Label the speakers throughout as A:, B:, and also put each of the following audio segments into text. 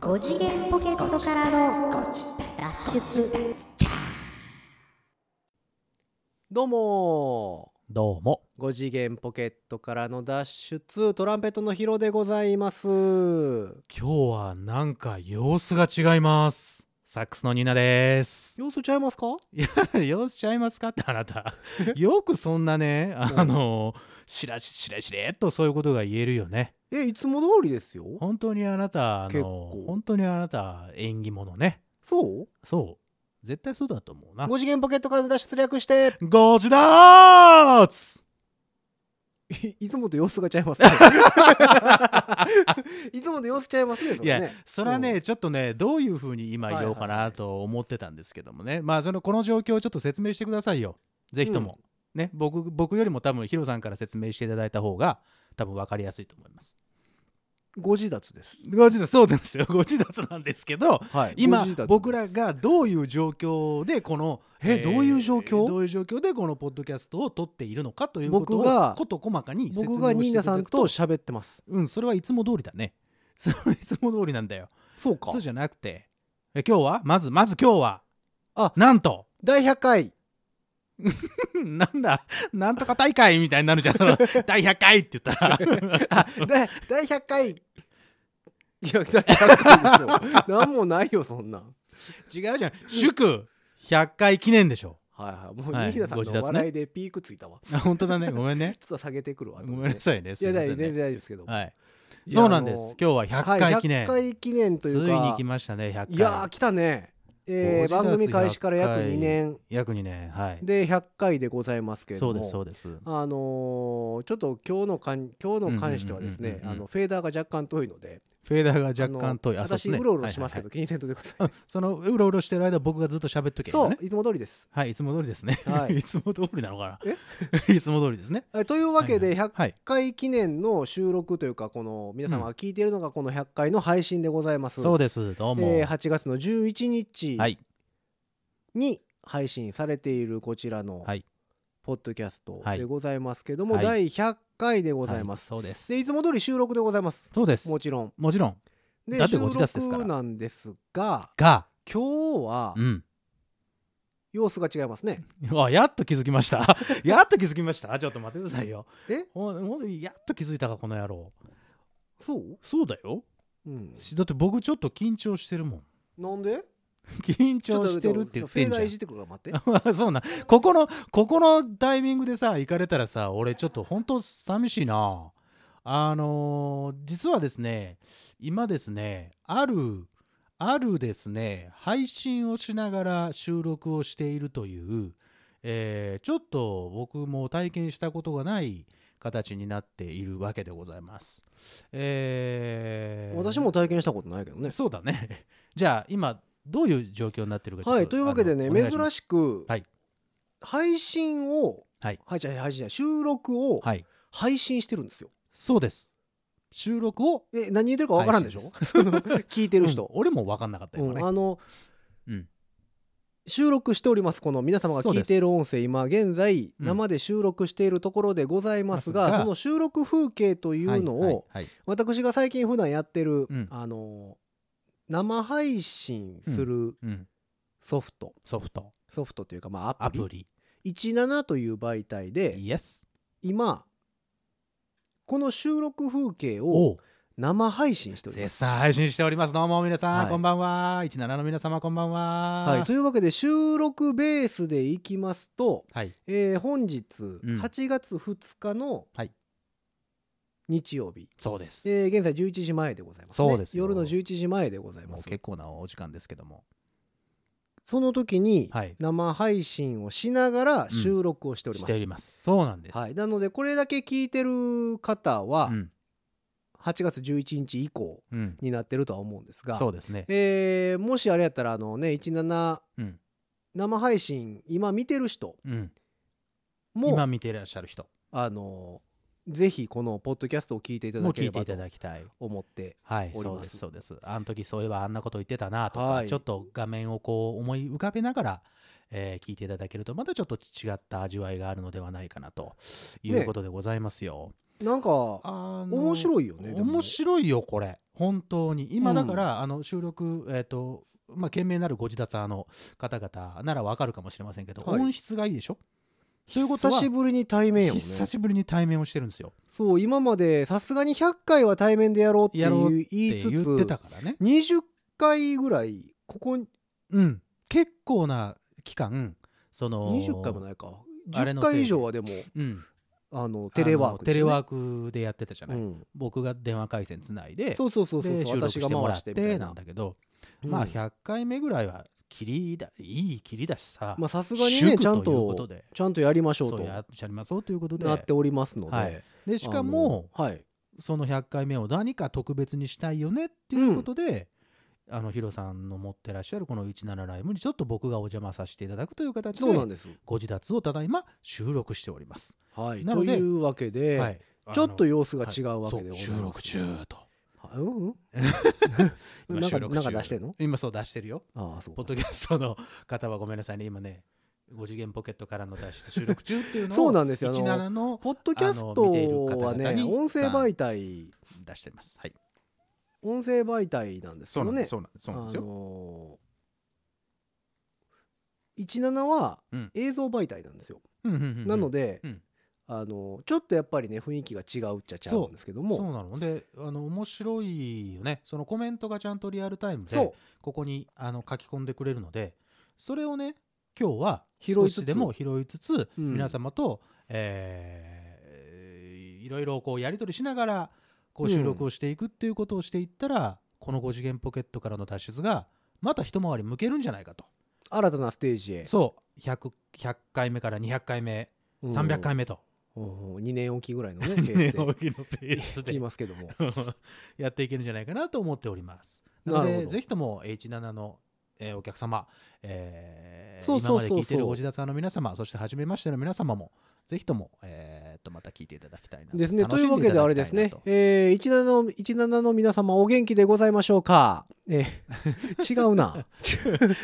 A: 5次元ポケットからの脱出
B: どうも
C: どうも。
B: ー5次元ポケットからの脱出トランペットのヒロでございます
C: 今日はなんか様子が違います。サックスのニーナです。
B: 様子ちゃいますか
C: 様子ちゃいますかってあな た。よくそんなね、あの、しらししらしれっとそういうことが言えるよね。
B: えいつも通りですよ
C: 本当にあなた、あ
B: 結
C: の
B: 構、
C: 本当にあなた、縁起物ね。
B: そう
C: そう。絶対そうだと思うな。
B: 5次元ポケットからの脱出略して
C: ご 自だーつ
B: いいつもと様子がちゃいますね いつもと様子ちゃいますねそ
C: い
B: れ
C: や
B: ね
C: それはねちょっとねどういうふうに今言おうかなと思ってたんですけどもねまあそのこの状況をちょっと説明してくださいよぜひとも、ね僕僕よりも多分ヒロさんから説明していただいた方が多分分かりやすいと思います
B: ご自立です
C: ご自立そうですよご自立なんですけど
B: はい
C: 今僕らがどういう状況でこの
B: えどういう状況
C: どういう状況でこのポッドキャストを撮っているのかということ
B: 僕が
C: をこと細かに説明を
B: 僕が
C: して
B: ニ
C: い
B: ー
C: た
B: ナ
C: だ
B: さん
C: く
B: と喋ってます
C: うんそれはいつも通りだね それはいつも通りなんだよ
B: そうか
C: そうじゃなくてえ今日はまずまず今日は
B: あ
C: なんと
B: 第100回
C: なんだなんとか大会みたいになるじゃん その第100回って言 ったら
B: あだ第100回いや第100回で しょなんもないよそんなん
C: 違うじゃん祝100回記念でしょ
B: はいはい。もう、
C: はい
B: 新田さん
C: ご自立
B: の
C: ね
B: 笑いでピークついたわ。
C: あ本当だねごめんね
B: ちょっと下げてくるわ。後で
C: ごめんなさいね
B: い
C: すい
B: や、
C: ま
B: 大
C: せ
B: 全
C: ん
B: 然
C: ね
B: 大丈夫ですけど。
C: はい
B: いや
C: そうなんです
B: あ
C: 今日は100
B: の
C: 回記念、
B: はい100回記念と
C: つ
B: い
C: いうに
B: か。
C: 来ましたね100回
B: いやー、来たね。えー
C: ご自立
B: 番組開始から約
C: 100回
B: 2年
C: 約2年はい
B: で100回でございますけれど
C: そ
B: も。
C: うですそうです
B: あのーちょっと今日のかん今日の関してはです
C: うんうん
B: ね
C: うんうんうん
B: あのフェーダーが若干遠いので
C: フェーダーが若干遠い
B: あの
C: あそうっ
B: 私
C: すね
B: うろうろしますけ
C: は
B: ど気にせんといてくださ
C: いはいはい うんそのうろうろしてる間僕がずっと喋っと
B: い
C: けばいい
B: そ
C: の
B: う
C: ね
B: いつも通りです
C: はい、いつも通りですね。
B: は
C: はい い、いつも通りなのか な。いつも通りですね。
B: えというわけで100
C: はい、
B: 回記念の収録というかこの皆様が聞いているのがこの100回の配信でございます
C: そうです。どうも。
B: えー8月の11日
C: はい、
B: に配信されているこちらの
C: はい
B: ポッドキャスト
C: はい
B: でございますけども、
C: はい
B: 第100回でございます、
C: はいそうです。
B: でいつも通り収録でございます
C: そうです
B: も。ちろん
C: もちろん。
B: で
C: だってご自宅ですか
B: 収
C: ら
B: 録なんですが
C: が、
B: 今日は
C: うん。
B: 様子が違いますね、
C: あ、やっと気づきました。 やっと気づきました。ちょっと待ってくださいよ。
B: え
C: ほん、ほんとにやっと気づいたか、この野郎。
B: そう、
C: そうだよ。
B: うん、
C: しだって僕ちょっと緊張してるもん。
B: なんで
C: 緊張してるっ
B: ちょ
C: て言ってん
B: とフェーダーい
C: じ
B: じってくるから 待って
C: ゃん。そうなん。ここの、ここのタイミングでさ、行かれたらさ、俺ちょっと本当寂しいな。あのー実はですね、今ですね、ある、あるですね、配信をしながら収録をしているという、えーちょっと僕も体験したことがない形になっているわけでございます。えー
B: 私も体験したことないけどね
C: そうだね。 じゃあ、今、どういう状況になってるかちょっ
B: はいというわけでね珍
C: し
B: しく、
C: はい
B: 配信を、
C: はい
B: はい、じゃあ配信じゃない収録を
C: はい。
B: 配信してるんですよ
C: そうです。収録を
B: え何言ってるか分からんでしょ
C: 配
B: 聞いてる人、
C: うん俺も分かんなかったよ、
B: うん
C: 今ね
B: あの、
C: うん
B: 収録しておりますこの皆様が
C: そう
B: 聞
C: で
B: い
C: す
B: ている音声今現在
C: うん
B: 生で収録しているところでございますが、
C: ますが
B: その収録風景というのを、
C: はいはいはい
B: 私が最近普段やってる、
C: うん
B: あの生配信する
C: うん、
B: ソフト、
C: ソフト
B: ソフトというかまあア
C: ア
B: プリ
C: プリ
B: 17という媒体で
C: イエス
B: 今この収録風景を
C: を
B: 生配信しております
C: 絶賛配信しておりますどうも皆さん、
B: はい
C: こんばんは17の皆様こんばんは
B: はい、というわけで収録ベースでいきますと、
C: はい
B: えー本日
C: ん
B: 8月2日の
C: はい
B: 日曜日、
C: そうです、
B: えー現在11時前でございます、ね、
C: そうですよ
B: 夜の11時前でござい
C: も
B: ま
C: う
B: す
C: 結構なお時間ですけども
B: その時に
C: はい
B: 生配信をしながら収録をしており
C: し
B: ま
C: て
B: す、
C: おりますそうなんです、
B: はい、なのでこれだけ聞いてる方は
C: うん
B: 8月11日以降
C: うん、
B: になってるとは思うんですが、
C: そうですね
B: えーもしあれやったらあのね17
C: うん
B: 生配信今見てる人
C: うん、
B: も
C: 今見ていらっしゃる人
B: あのぜひこのポッドキャストを聞いていた
C: も
B: だ
C: う
B: け
C: 聞
B: れ
C: いて
B: ば
C: い
B: と
C: ただきたい
B: 思って
C: はい、
B: おり
C: そ
B: ます
C: うです、そうです。あの時そういえばあんなこと言ってたなとか、
B: はい
C: ちょっと画面をこう思い浮かべながら、えー聞いていただけると、またちょっと違った味わいがあるのではないかなということでございますよ。
B: なんか
C: あの
B: 面白いよねでも
C: 面白いよ、これ。本当に今
B: うん
C: だから、あの収録えっ、とまあ賢明なるご自立派の方々ならわかるかもしれませんけど、
B: はい
C: 音質がいいでしょということは
B: 久しぶりに対面よね
C: 久しぶりに対面をしてるんですよ
B: そう今までさすがに100回は対面でやろうってい
C: やろう
B: う言い
C: って
B: つ
C: 言ってた
B: つ
C: からね
B: 20回ぐらいここ
C: うん結構な期間その
B: 20回もないか
C: あれ
B: 10
C: のせいで
B: 回以上はでも
C: うん、
B: あのテレワーク
C: テ
B: です
C: レ
B: よね
C: ワークでやってたじゃない、
B: うん
C: 僕が電話回線つないで
B: そうそうそうそう
C: で収録
B: 私
C: し
B: が
C: てもら
B: 回し
C: って
B: み
C: て
B: たい
C: な
B: なん
C: だけど、
B: うん
C: まあ100回目ぐらいは切りだいい切りだしさ、
B: まあさすがに
C: 祝
B: ね
C: と
B: ちゃん
C: いうこ
B: と
C: とで
B: ちゃんとやりましょう
C: そう
B: と
C: やっちゃいましょうということで
B: なっておりますの
C: はい
B: で
C: でしかも
B: あのはい
C: その100回目を何か特別にしたいよねっていうことで、あのヒロさんの持ってらっしゃるこの17ライブにちょっと僕がお邪魔させていただくという形で
B: そうなんです
C: ご自立をただいま収録しております。
B: はい
C: な
B: と
C: ので
B: いうわけ
C: は
B: で
C: い、
B: ちょっと
C: 様
B: 様子が違うわけでございます
C: 収録中と。
B: あうんう ん
C: 今
B: なんか
C: 収録
B: なん
C: 中
B: か出してんの
C: 今そう出してるよ。
B: ああそう
C: ポッドキャストの方はごめんなさいね、今ね、5次元ポケットからの脱出収録中っていうのを、
B: そうなんですよあの
C: 17の
B: ポッドキャス
C: あの見ている
B: ト
C: 方
B: は
C: 々
B: ね
C: に
B: 音声媒体
C: 出してます。はい。
B: 音声媒体なんです
C: そ
B: よ
C: うなんで
B: ね
C: す、そうなんです、そうなんです
B: あ
C: よ。
B: のー17は
C: うん
B: 映像媒体なんですよ、
C: うんうんうんうん
B: なので、
C: うん
B: あのーちょっとやっぱりね雰囲気が違うっちゃ違うんですけども
C: そうなのであの面白いよねそのコメントがちゃんとリアルタイム
B: そう
C: でここにあの書き込んでくれるのでそれをね今日は
B: 拾い
C: 少
B: つつ
C: しでも拾いつつ
B: うん
C: 皆様と、えーいろいろこうやり取りしながらこう収録をしていくっていうことをしていったら、この5次元ポケットからの脱出がまた一回り向けるんじゃないかと
B: 新たなステージへ、
C: そう100 100回目から200回目300回
B: 目、
C: 目と、
B: 2年おきぐらいの ねペ
C: ね
B: ー
C: 大きなペース
B: ス
C: で
B: で言いますけども
C: やっていけるんじゃないかなと思っております。な
B: なる
C: の
B: ほど
C: で、ぜひとも H7 の、えーお客様、えー
B: そうそうそうそう
C: 今まで聞いてるご自宅の皆様、そして初めましての皆様も、ぜひとも、えーっと、また聞いていただきたいな
B: ですね。とい
C: 楽し
B: うんわ
C: い
B: け
C: た
B: で
C: だ
B: あ
C: き
B: れで
C: たい
B: す
C: な
B: ね
C: と、
B: えー、17, の17の皆様お元気でございましょうか、えー 違うな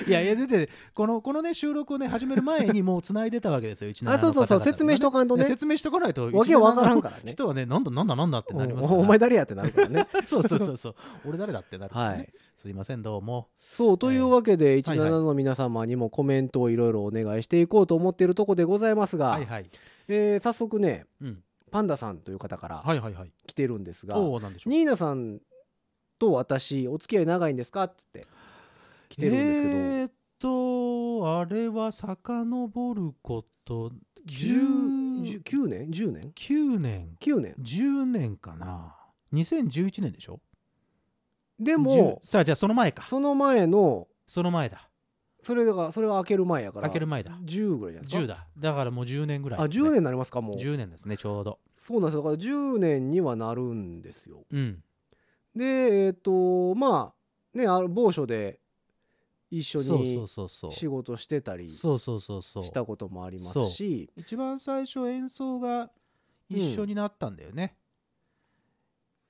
C: いやいや、だって、この、このね、収録をね、始める前にもう繋いでたわけですよ、H7 の
B: あそうそうそう説明しと
C: か
B: かんとね
C: 説明しとかないと、
B: わけわからんからね
C: H7 の人はね、なんだなんだなんだってなりますから
B: おお前誰やってなるからね
C: そうそうそうそう。俺誰だってなるからね。
B: はい
C: すいません、どうも。
B: そうというわけで、
C: はいはい
B: 17の皆様にもコメントをいろいろお願いしていこうと思っているとこでございますが、
C: はいはい。
B: えー早速ね
C: うん。
B: パンダさんという方から
C: はいはいはい。
B: 来てるんですが、
C: おお、なんでしょう。
B: ニーナさんと私お付き合い長いんですかって来てるんですけど、
C: えーっとあれは遡ること
B: 10
C: 19
B: 9年10年
C: 年
B: 9年
C: 10年かな2011年でしょ
B: でも
C: 10さあじゃあその前かそ
B: その前の
C: の前だ
B: それだからそれは開ける前やから
C: 開ける前だ
B: 10ぐらいじゃないですか
C: 10だだからもう10年ぐらい
B: あ10年になりますかもう
C: 10年ですねちょうど
B: そうなんですよだから10年にはなるんですよ
C: うん
B: でえっ、とまあねあの某所で一緒
C: そうそう
B: に
C: そうそう
B: 仕事してたりし
C: そうそうそうそう
B: たこともありますし
C: 一番最初演奏が一緒になったんだよね、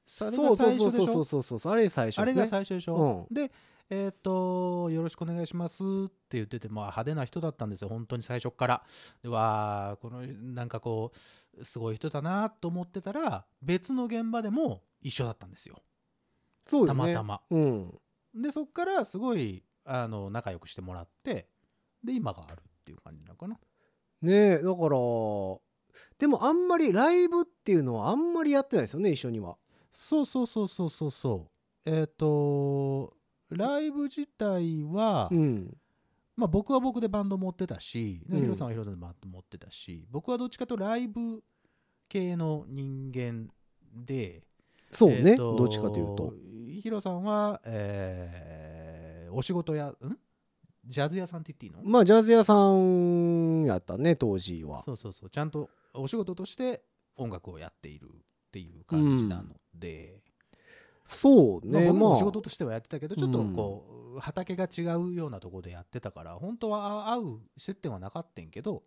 C: それが最初でし
B: そ
C: ょ
B: うそうそうそうそうあれ最初
C: あ
B: で
C: れ
B: すね
C: が最初でしょ、でえーっと「よろしくお願いします」って言ってて、まあ、派手な人だったんですよ本当に最初っからでわあこのなんかこうすごい人だなと思ってたら別の現場でも一緒だったんですよ
B: そうよね
C: たまたま
B: うん
C: でそっからすごいあの仲良くしてもらってで今があるっていう感じなのかな
B: ねえだからでもあんまりライブっていうのはあんまりやってないですよね一緒には
C: そうそうそうそうそうそうえーっとライブ自体は、
B: うん
C: まあ、僕は僕でバンド持ってたし、
B: うん
C: ヒロさんはヒロさんでバンド持ってたし僕はどっちかというとライブ系の人間で
B: そうね、
C: えー
B: どっちかというと
C: ヒロさんは、えーお仕事やんジャズ屋さんって言っていいの、
B: まあジャズ屋さんやったね当時は
C: そうそうそうちゃんとお仕事として音楽をやっているっていう感じなので、
B: そう
C: まあ
B: ね
C: 僕も
B: まあ
C: 仕事としてはやってたけどちょっとこう、畑が違うようなところでやってたから本当は合う接点はなかったんけど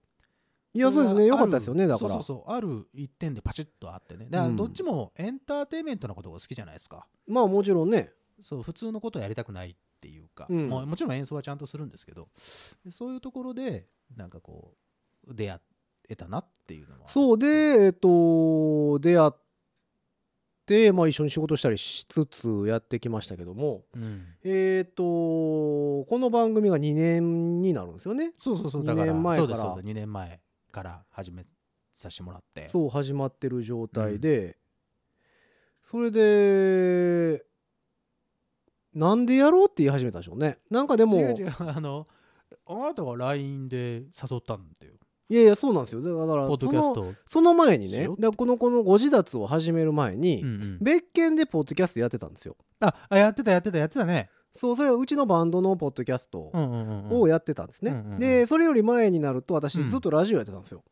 B: いやそうです
C: れ
B: ね
C: が
B: よかったですよね
C: ある
B: だから
C: そうそうそうある一点でパチッとあってねだから
B: うん
C: どっちもエンターテインメントなことが好きじゃないですか、
B: まあもちろんね
C: そう普通のことをやりたくないっていうか、
B: うん
C: もうもちろん演奏はちゃんとするんですけどでそういうところでなんかこう出会えたなっていうのは
B: そうでえっ、と出会って、まあ、一緒に仕事したりしつつやってきましたけども
C: うん
B: えっ、とこの番組が2年になるんですよね
C: そうそうそうだか
B: 二
C: ら
B: 年前
C: そうです
B: から
C: そうです2年前から始めさせてもらって
B: そう始まってる状態で、それでなんでやろうって言い始めたんでしょうねなんかでも
C: 違う違うあのあなたが LINE で誘ったんだよ
B: いやいやそうなんですよだから
C: ポッド
B: そ
C: キャス
B: の
C: ト
B: その前に
C: し
B: ね
C: よう
B: だ
C: っ
B: から
C: て
B: このこのご自立を始める前に、
C: うんうん
B: 別件でポッドキャストやってたんですよ
C: ああやってたやってたやってたね
B: そうそれはうちのバンドのポッドキャスト
C: うんうんうんうん
B: をやってたんですね、
C: うんうんうん
B: でそれより前になると私
C: うん
B: ずっとラジオやってたんですよ、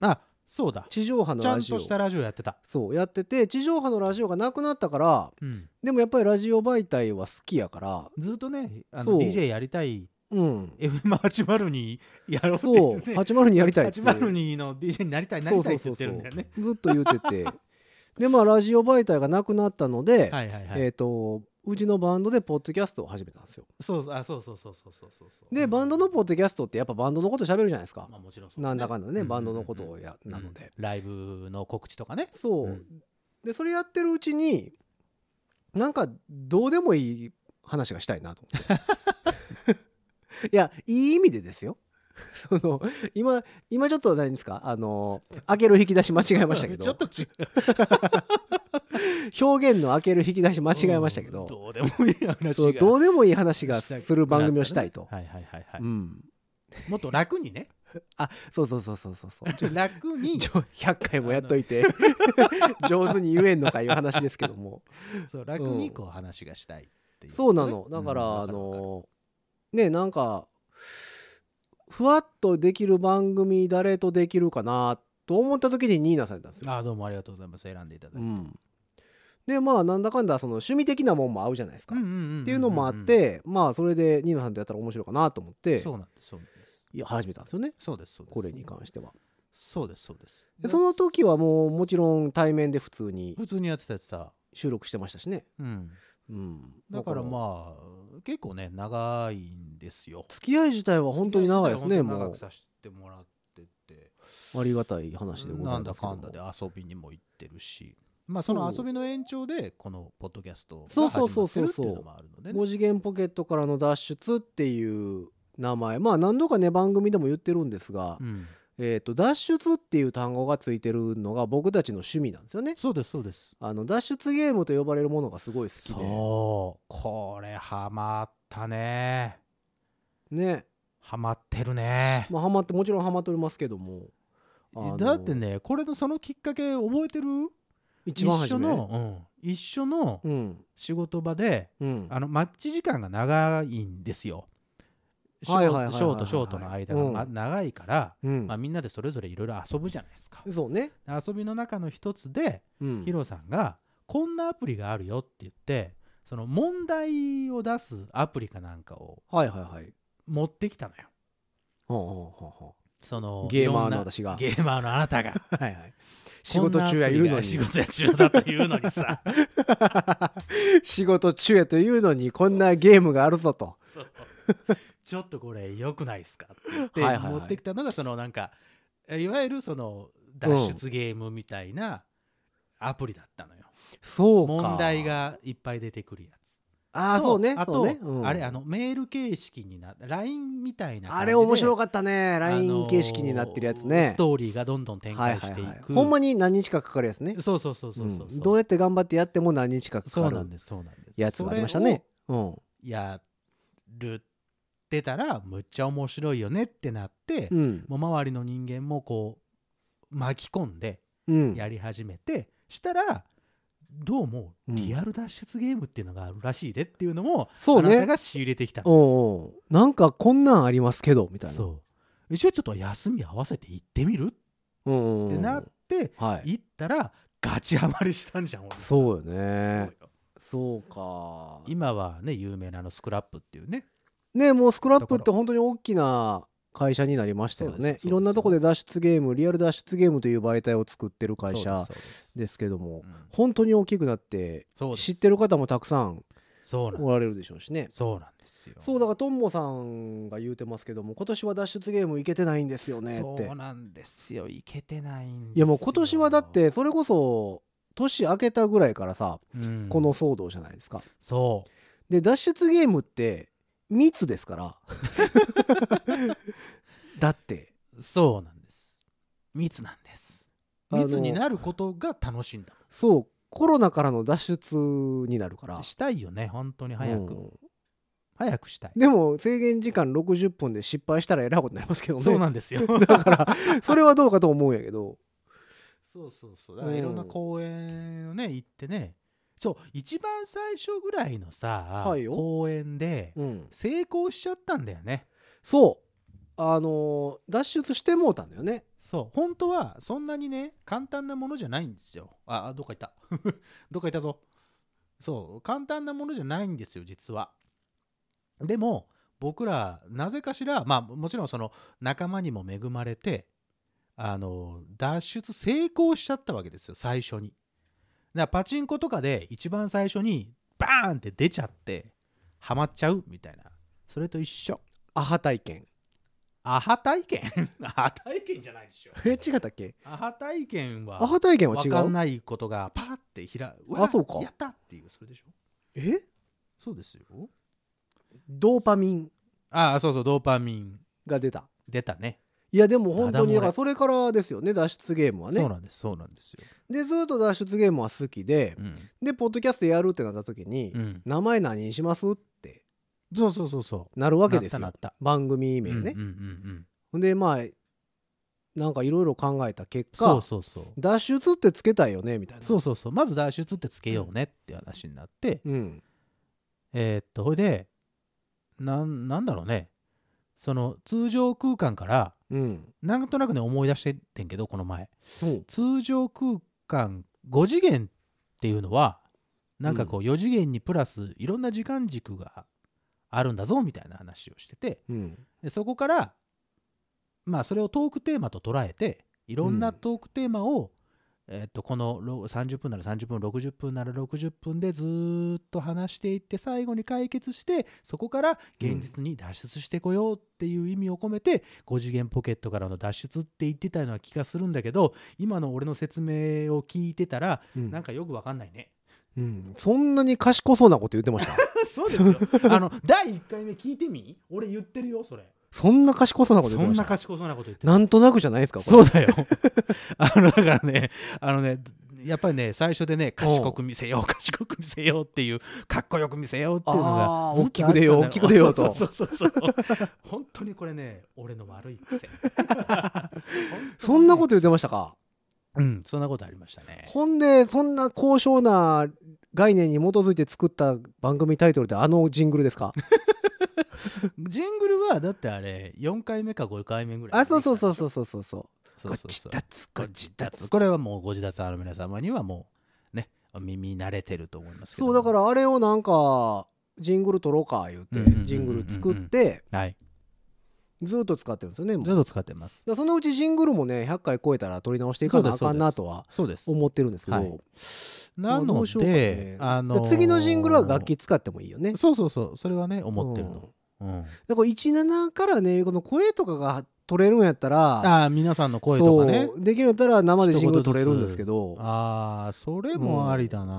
C: あそうだ
B: 地上波の
C: ちゃ
B: ラ
C: ん
B: ジ
C: と
B: オ
C: したラジオやってた
B: そうやってて地上波のラジオがなくなったから
C: うん
B: でもやっぱりラジオ媒体は好きやから
C: ずっとねあ
B: そ
C: の
B: う
C: DJ やりたい
B: うん
C: FM80 にやろうって
B: そう
C: 言ってね
B: 802やりたいっつって
C: 802の DJ になりたいなりたいって言ってるんだよね
B: ずっと言うててでまあラジオ媒体がなくなったので、
C: はいはいはい、
B: えっ、とうちのバンドでポッドキャストを始めたんですよ
C: そうそうあそうそうそうそうそうそうそう
B: でバンドのポッドキャストってやっぱバンドのこと喋るじゃないですか、
C: まあもちろんそう
B: なんだかんだね、
C: ううう
B: バンドのことをやなので、
C: うんライブの告知とかね
B: そう、
C: うん
B: でそれやってるうちになんかどうでもいい話がしたいなと思って いやいい意味でですよ その今今ちょっと何ですかあの開ける引き出し間違えましたけ
C: ちょっ
B: ど
C: と違う
B: 表現の開ける引き出し間違えましたけ
C: うん
B: ど、
C: どうでもいい話
B: そう
C: が
B: どうでもいい話がする番組をしたいと、
C: はいはいはいはい、
B: うん、
C: もっと楽にね
B: そうそうそうそうそうそう
C: 楽 に
B: ちょ100回もやっといて 上手に言えんのかいう話ですけども
C: そう楽にこう話がしたいっていうね、
B: そうなのだから、
C: うん
B: あ
C: わるわかる
B: のねなんかふわっとできる番組誰とできるかなと思った時にニーナされたんですよ。
C: あーどうもありがとうございます選んでいただいて、
B: うん、でまあなんだかんだその趣味的なもんも合うじゃないですか。っ
C: って
B: いうのもあってまあそれでニーナさんとやったら面白いかなと思って
C: そうなんですそうなんです
B: いや始めたんですよね
C: そうですそうです
B: これに関しては。
C: そうですそうです
B: でその時はもうもちろん対面で普通に
C: 普通にやってたやってた
B: 収録してましたしね。
C: うん
B: うん、
C: だからまあ結構ね長いんですよ
B: 付き合い自体は本当に長いですね
C: 付き合い自体
B: も
C: は本当に長くさせてもらってて
B: うありがたい話でござ
C: ないんだ
B: ますけど
C: か
B: も
C: んだで遊びにも行ってるしまあその
B: そう
C: 遊びの延長でこのポッドキャストが
B: そう
C: 始ま
B: そうそう
C: って
B: そう
C: るっていうのもあるのでね
B: 5次元ポケットからの脱出っていう名前まあ何度かね番組でも言ってるんですが、
C: うん
B: えー、と脱出っていう単語がついてるのが僕たちの趣味なんですよね
C: そうですそうです
B: あの脱出ゲームと呼ばれるものがすごい好きで
C: そうこれハマったね
B: ね
C: ハマってるね
B: まあハマってもちろんハマっておりますけどもあの
C: だってねこれのそのきっかけ覚えてる
B: 一番初め
C: 一緒の、うん、一緒の
B: うん
C: 仕事場で、
B: うん
C: あのマッチ時間が長いんですよ。ショ
B: はいはいはいはいはい
C: ーショートショートの間が、ま
B: うん
C: 長いから、
B: うん
C: まあ、みんなでそれぞれいろいろ遊ぶじゃないですか。
B: そうね
C: 遊びの中の一つで、
B: うん
C: ヒロさんがこんなアプリがあるよって言ってその問題を出すアプリかなんかを
B: はいはいはい
C: 持ってきたのよ。
B: ほうほうほうほ
C: その
B: ゲーマーの
C: いろんな
B: 私が
C: ゲーマーのあなたが
B: うはいはい 仕事中や言うのに
C: こんなアプリが仕事中だと言うのに さ
B: 仕事中やというのにこんなゲームがあるぞと
C: そうちょっとこれ良くないですかって言って
B: はいはいはい
C: 持ってきたのがそのなんかいわゆるその脱出ゲームみたいなアプリだったのよ、
B: そうか
C: 問題がいっぱい出てくるやつ
B: ああ
C: と
B: そうね
C: あ
B: そ
C: と、
B: うねうん
C: あれあのメール形式にな LINE みたいな
B: あれ面白
C: かっ
B: かったね LINE 形式になってるやつね
C: ストーリーがどんどん展
B: はい
C: 開
B: はい
C: してい
B: はい
C: く、
B: ほんまに何日かかかるやつね
C: そうそうそうそうそう、
B: うんどうやって頑張ってやっても何日かか
C: そ
B: か
C: うなん
B: る
C: ですそうなんです
B: やつがありましたねうん
C: それをやるってたらむっちゃ面白いよねってなって、
B: うん
C: もう周りの人間もこう巻き込んで
B: うん
C: やり始めて、したらどうも
B: うん
C: リアル脱出ゲームっていうのがあるらしいでっていうのも、
B: そう
C: あなた
B: ね
C: が仕入れてきた
B: おうおうなんかこんなんありますけどみたいな
C: そう一応ちょっと休み合わせて行ってみる
B: うんうん
C: っ
B: うん
C: てなって、
B: はい
C: 行ったらガチハマりしたんじゃん俺
B: そうよ
C: そう
B: ね
C: よ
B: そうか
C: 今はね有名なあのスクラップっていうね
B: ねもうスクラップって本当に大きな会社になりましたよ
C: そうで
B: ね
C: すそうです
B: いろんなとこで脱出ゲームリアル脱出ゲームという媒体を作ってる会社
C: そうです
B: ですけども
C: うん
B: 本当に大きくなって
C: そうです
B: 知ってる方もたくさん
C: そうなん
B: おられるでしょうしね
C: そうなんですよ
B: そうだからトンボさんが言うてますけども今年は脱出ゲームいけてないんですよねっ
C: そ
B: て
C: うなんですよいけてないんですよ
B: いやもう今年はだってそれこそ年明けたぐらいからさ
C: うん
B: この騒動じゃないですか。
C: そ
B: で脱出ゲームって密ですから だって
C: うそうなんです密なんです
B: あの
C: 密になることが楽しいんだ
B: そうコロナからの脱出になるから
C: したいよね本当に早く、
B: うん
C: 早くしたい
B: でも制限時間60分で失敗したらえらいことになりますけどね
C: そうなんですよ
B: だからそれはどうかと思うんやけど
C: そうそうそうだからいろんな公園をね行ってねそう一番最初ぐらいのさ、
B: はいよ
C: 公園で
B: うん
C: 成功しちゃったんだよね
B: そうあのー脱出してもうたんだよね
C: そう本当はそんなにね簡単なものじゃないんですよああどっか行った どっか行ったぞそう簡単なものじゃないんですよ実はでも僕らなぜかしらまあもちろんその仲間にも恵まれてあの脱出成功しちゃったわけですよ最初にだからパチンコとかで一番最初にバーンって出ちゃってハマっちゃうみたいなそれと一緒
B: アハ体験
C: アハ体験 アハ体験じゃないでしょ
B: え違ったっけ
C: アハ体験は
B: アハ体験は違
C: 分かん
B: う
C: ないことがパーって開く
B: あそうか
C: やったっていうそれでしょ
B: え
C: そうですよ
B: ドーパミン
C: ああそうそうドーパミン
B: が出た
C: 出たね
B: いやでも本当に
C: ただ漏れ
B: だからそれからですよね脱出ゲームは
C: そう
B: ね
C: なんですそうなんですよ
B: でずっと脱出ゲームは好きで
C: うん、
B: でポッドキャストやるってなった時に
C: うん、
B: 名前何にしますって
C: そうそうそうそう
B: なるわけです
C: な
B: よ
C: ったなっ
B: 番組
C: た
B: 名
C: う
B: ね
C: んうんうんうん
B: ほんでまあなんかいろいろ考えた結
C: そう
B: 果
C: そうそう
B: 脱出ってつけたいよねみたいな
C: そうそうそうまず脱出ってつけようねって話になって、
B: うん
C: えーっとほいでなんなんだろうねその通常空間から
B: うん
C: なんとなくね思い出してってんけどこの前
B: うん
C: 通常空間5次元っていうのはなんかこう4次元にプラスいろんな時間軸があるんだぞみたいな話をしてて
B: うん
C: でそこからまあそれをトークテーマと捉えていろんなトークテーマを、えっとこのろ30分なら30分60分なら60分でずーっと話していって最後に解決してそこから現実に脱出してこようっていう意味を込めて、5次元ポケットからの脱出って言ってたような気がするんだけど今の俺の説明を聞いてたら
B: うん
C: なんかよくわかんないね。
B: うんそんなに賢そうなこと言ってました
C: そうですよ。 あの第1回目聞いてみ俺言ってるよそれ。
B: そんな賢そうなこと
C: そ
B: 言ってま
C: ん
B: し
C: な
B: た
C: 賢そうなこと言ってる
B: なんとなくじゃないですかこれ
C: そうだよ。 あのだからね、あのね、やっぱりね、最初でね、賢く見せよう、賢く見せようっていう、かっこよく見せようっていうの
B: あ
C: が
B: ー
C: ずっとあったんだ、
B: 大きく出よう大きく出ようと
C: そうそうそうそう。本当にこれね、俺の悪い 癖。
B: そんなこと
C: と、
B: 言ってましたか
C: うん、そんなことありましたね。
B: ほんでそんな高尚な概念に基づいて作った番組タイトルであのジングルですか
C: ジングルは、だってあれ、4回目か5回目ぐらい。
B: あそうそうそうそうそうそうそう
C: そう
B: ご
C: そう
B: ち
C: そう。
B: たつごちたつ
C: これはもうご自立ある皆様にはもうね、耳慣れてると思いますけど
B: そ
C: も。
B: うだからあれをなんかジングル撮ろうか言う
C: うんうんうんうんう
B: て
C: ん
B: ジングル作って
C: ら、はい、
B: ずっと使ってるんですよねもう
C: ずっと使ってます。
B: だからそのうちジングルもね100回超えたら撮り直していかなあかんなとは
C: そうです。
B: 思ってるんですけど
C: はいな
B: まあど
C: の
B: うしよ
C: で、
B: うかね
C: あ
B: だ
C: の
B: か
C: ー
B: ら次のジングルは楽器使ってもいいよね
C: そうそうそうそれはね思ってる
B: うん
C: の、うん
B: だから17からねこの声とかが取れるんやったら
C: ああ皆さんの声とかね
B: そうできるんやったら生でジングル取れるんですけどで
C: ああそれもありだな、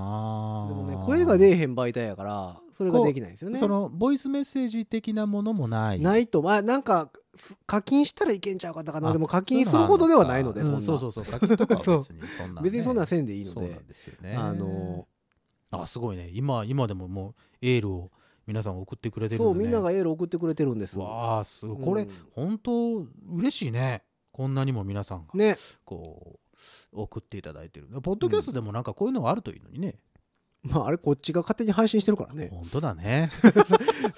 B: もね声が出えへん媒体やからそれができないんですよね
C: そのボイスメッセージ的なものもない
B: ないとまあなんかす課金したらいけんちゃうかったかな
C: あ
B: でも課金するほどではないので
C: そ
B: そな
C: うんなのかうんそうそうそう課金とかは別にそんな、ね、
B: 別にそんなんせんでいいの
C: そうな
B: で
C: んですよね
B: あの
C: あすごいね今今でももうエールを皆さん送ってくれてる
B: そ
C: の
B: う
C: ね
B: みんながエール送ってくれてるんです
C: わあすごいこれ、
B: うん
C: 本当嬉しいねこんなにも皆さんが
B: ね
C: こう送っていただいてるポッドキャストでもなんかこういうのがあるといいのにね、
B: まああれこっちが勝手に配信してるからね
C: 本当だね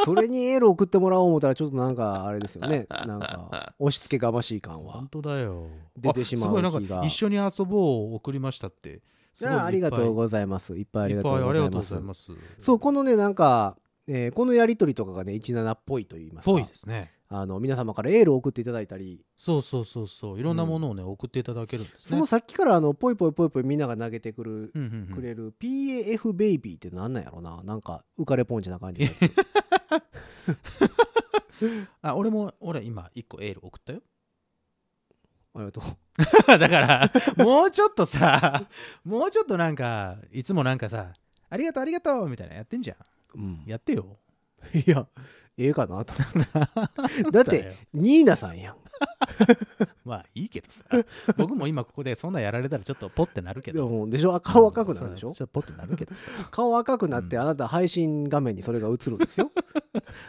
B: それにエール送ってもらおう思ったらちょっとなんかあれですよ ねなんか押し付けがましい感は
C: 本当だよ
B: 出てしまう
C: あすごいなん
B: 気が
C: か一緒に遊ぼうを送りましたってす
B: じ
C: ごい
B: ゃあありがとう
C: いっ
B: ございますいっぱいあ
C: ぱい
B: り
C: いっ
B: が
C: ぱ
B: と
C: いあ
B: う
C: り
B: ご
C: が
B: ざ
C: と
B: いう
C: ご
B: ます
C: ざいます
B: そうこのねなんか、えーこのやり取りとかがね17っぽいと言いますか
C: ぽいですね
B: あの皆様からエールを送っていただいたり
C: そうそうそうそういろんなものをね、送っていただけるんですね
B: そのさっきからあのポイポイポイポイみんなが投げてくる
C: うんうんうん
B: くれる PAF ベイビーってなんなんやろななんか浮かれポンチな感じのやつ
C: あ俺も俺今一個エール送ったよ
B: ありがとう。
C: だからもうちょっとさもうちょっとなんかいつもなんかさありがとうありがと うみたいなやってんじゃ
B: うん
C: ん、やってよ
B: いや、ええかな と思って。だっ
C: だよ
B: て、ニーナさんやん。
C: まあいいけどさ僕も今ここでそんなやられたらちょっとポッてなるけ
B: で
C: ど
B: もでしょ顔赤くなるでし
C: そう
B: ょ
C: ちょっとポッてなるけどさ
B: 顔赤くなって、
C: う
B: あなた配信画面にそれが映るん ですよ。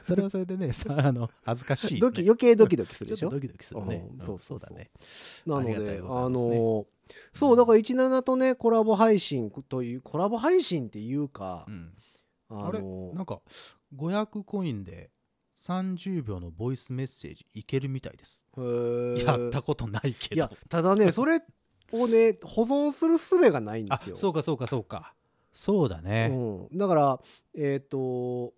C: それはそれ でねさあの恥ずかしいよ
B: ドキ
C: ね、
B: 余計ドキドキする
C: ち
B: で
C: ょっ
B: しょ
C: とドキドキするね
B: うん
C: うん
B: そう
C: そ
B: そうう
C: だね
B: なの
C: ありがたい
B: で、
C: ござい
B: あ
C: ますね
B: の、そう、だから17とね、コラボ配信という、コラボ配信っていうか
C: う、ん
B: あ
C: あれな
B: の、
C: んか500コインで30秒のボイスメッセージいけるみたいです。
B: へー
C: やったことないけ
B: いや
C: ど。、
B: ただね、それをね、保存する術がないんで
C: あ
B: すよ。
C: そうかそうかそうか。そうだね。
B: うん、だからえっ、と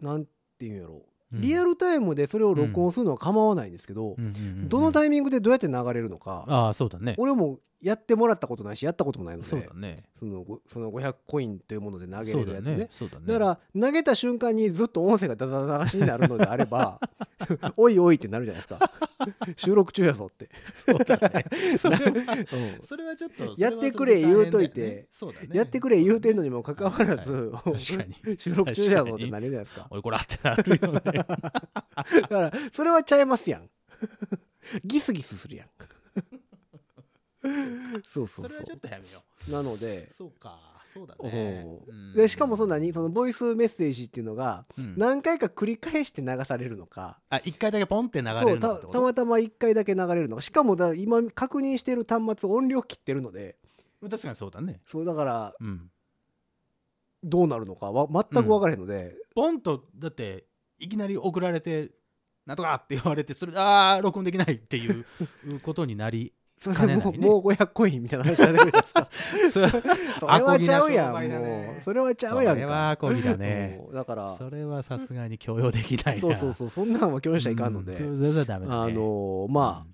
B: なんていうんやろ
C: うん
B: リアルタイムでそれを録音するのは構わないんですけど、
C: うんうんうんうん
B: どのタイミングでどうやって流れるのか、
C: ああそうだね。
B: 俺もやってもらったことないしやったこともないので
C: そうだね。
B: そのごその500コインというもので投げ
C: そ
B: れ
C: う
B: るや
C: だ
B: つね。
C: ね。そうだね。
B: だ から投げた瞬間にずっと音声がダダダダしになるのであれば「おいおい」ってなるじゃないですか収録中やぞって、
C: そうだね。それは
B: うん
C: それはちょっと
B: やってくれ言うといて、
C: それはそれで大変だよねそうだね。
B: やってくれ言うてんのにもかかわらず、
C: はいはい確かに。
B: 収録中やぞってなるじゃないですか
C: おいこらってなるよね。
B: だからそれはちゃいますやん ギスギスするやんそう そ
C: そうれ
B: そ
C: はちょっ
B: う
C: とやめよ
B: なの
C: う
B: で。
C: そうか。そうだね
B: お。う
C: うん
B: でしかもそんなにそのボイスメッセージっていうのが
C: うん
B: 何回か繰り返して流されるのか、
C: あ一回だけポンって流れ
B: そ
C: る
B: う
C: の
B: た
C: かってこ
B: た
C: と
B: またま1回だけ流れるのかしかもだ今確認してる端末音量切ってるので
C: 確かにそうだね、
B: そうだから
C: うん、
B: どうなるのかは全く分からへんので、
C: ポンとだっていきなり送られてなんとかって言われてそれ あー録音できないっていう ことになり
B: それで
C: かねな
B: もう,、
C: いね
B: もう500コインみたいな話になるじゃないですか
C: それ
B: それはちゃうやん
C: アコギな商売だね
B: もうそれはちゃうやんか
C: それはアコギだね
B: うんだから
C: それはさすがに許容できないな
B: そうそうそうそんなんは共
C: う
B: 有
C: ん
B: しちゃいかんので、
C: 許容じゃダメだね
B: あのーまあ、
C: あ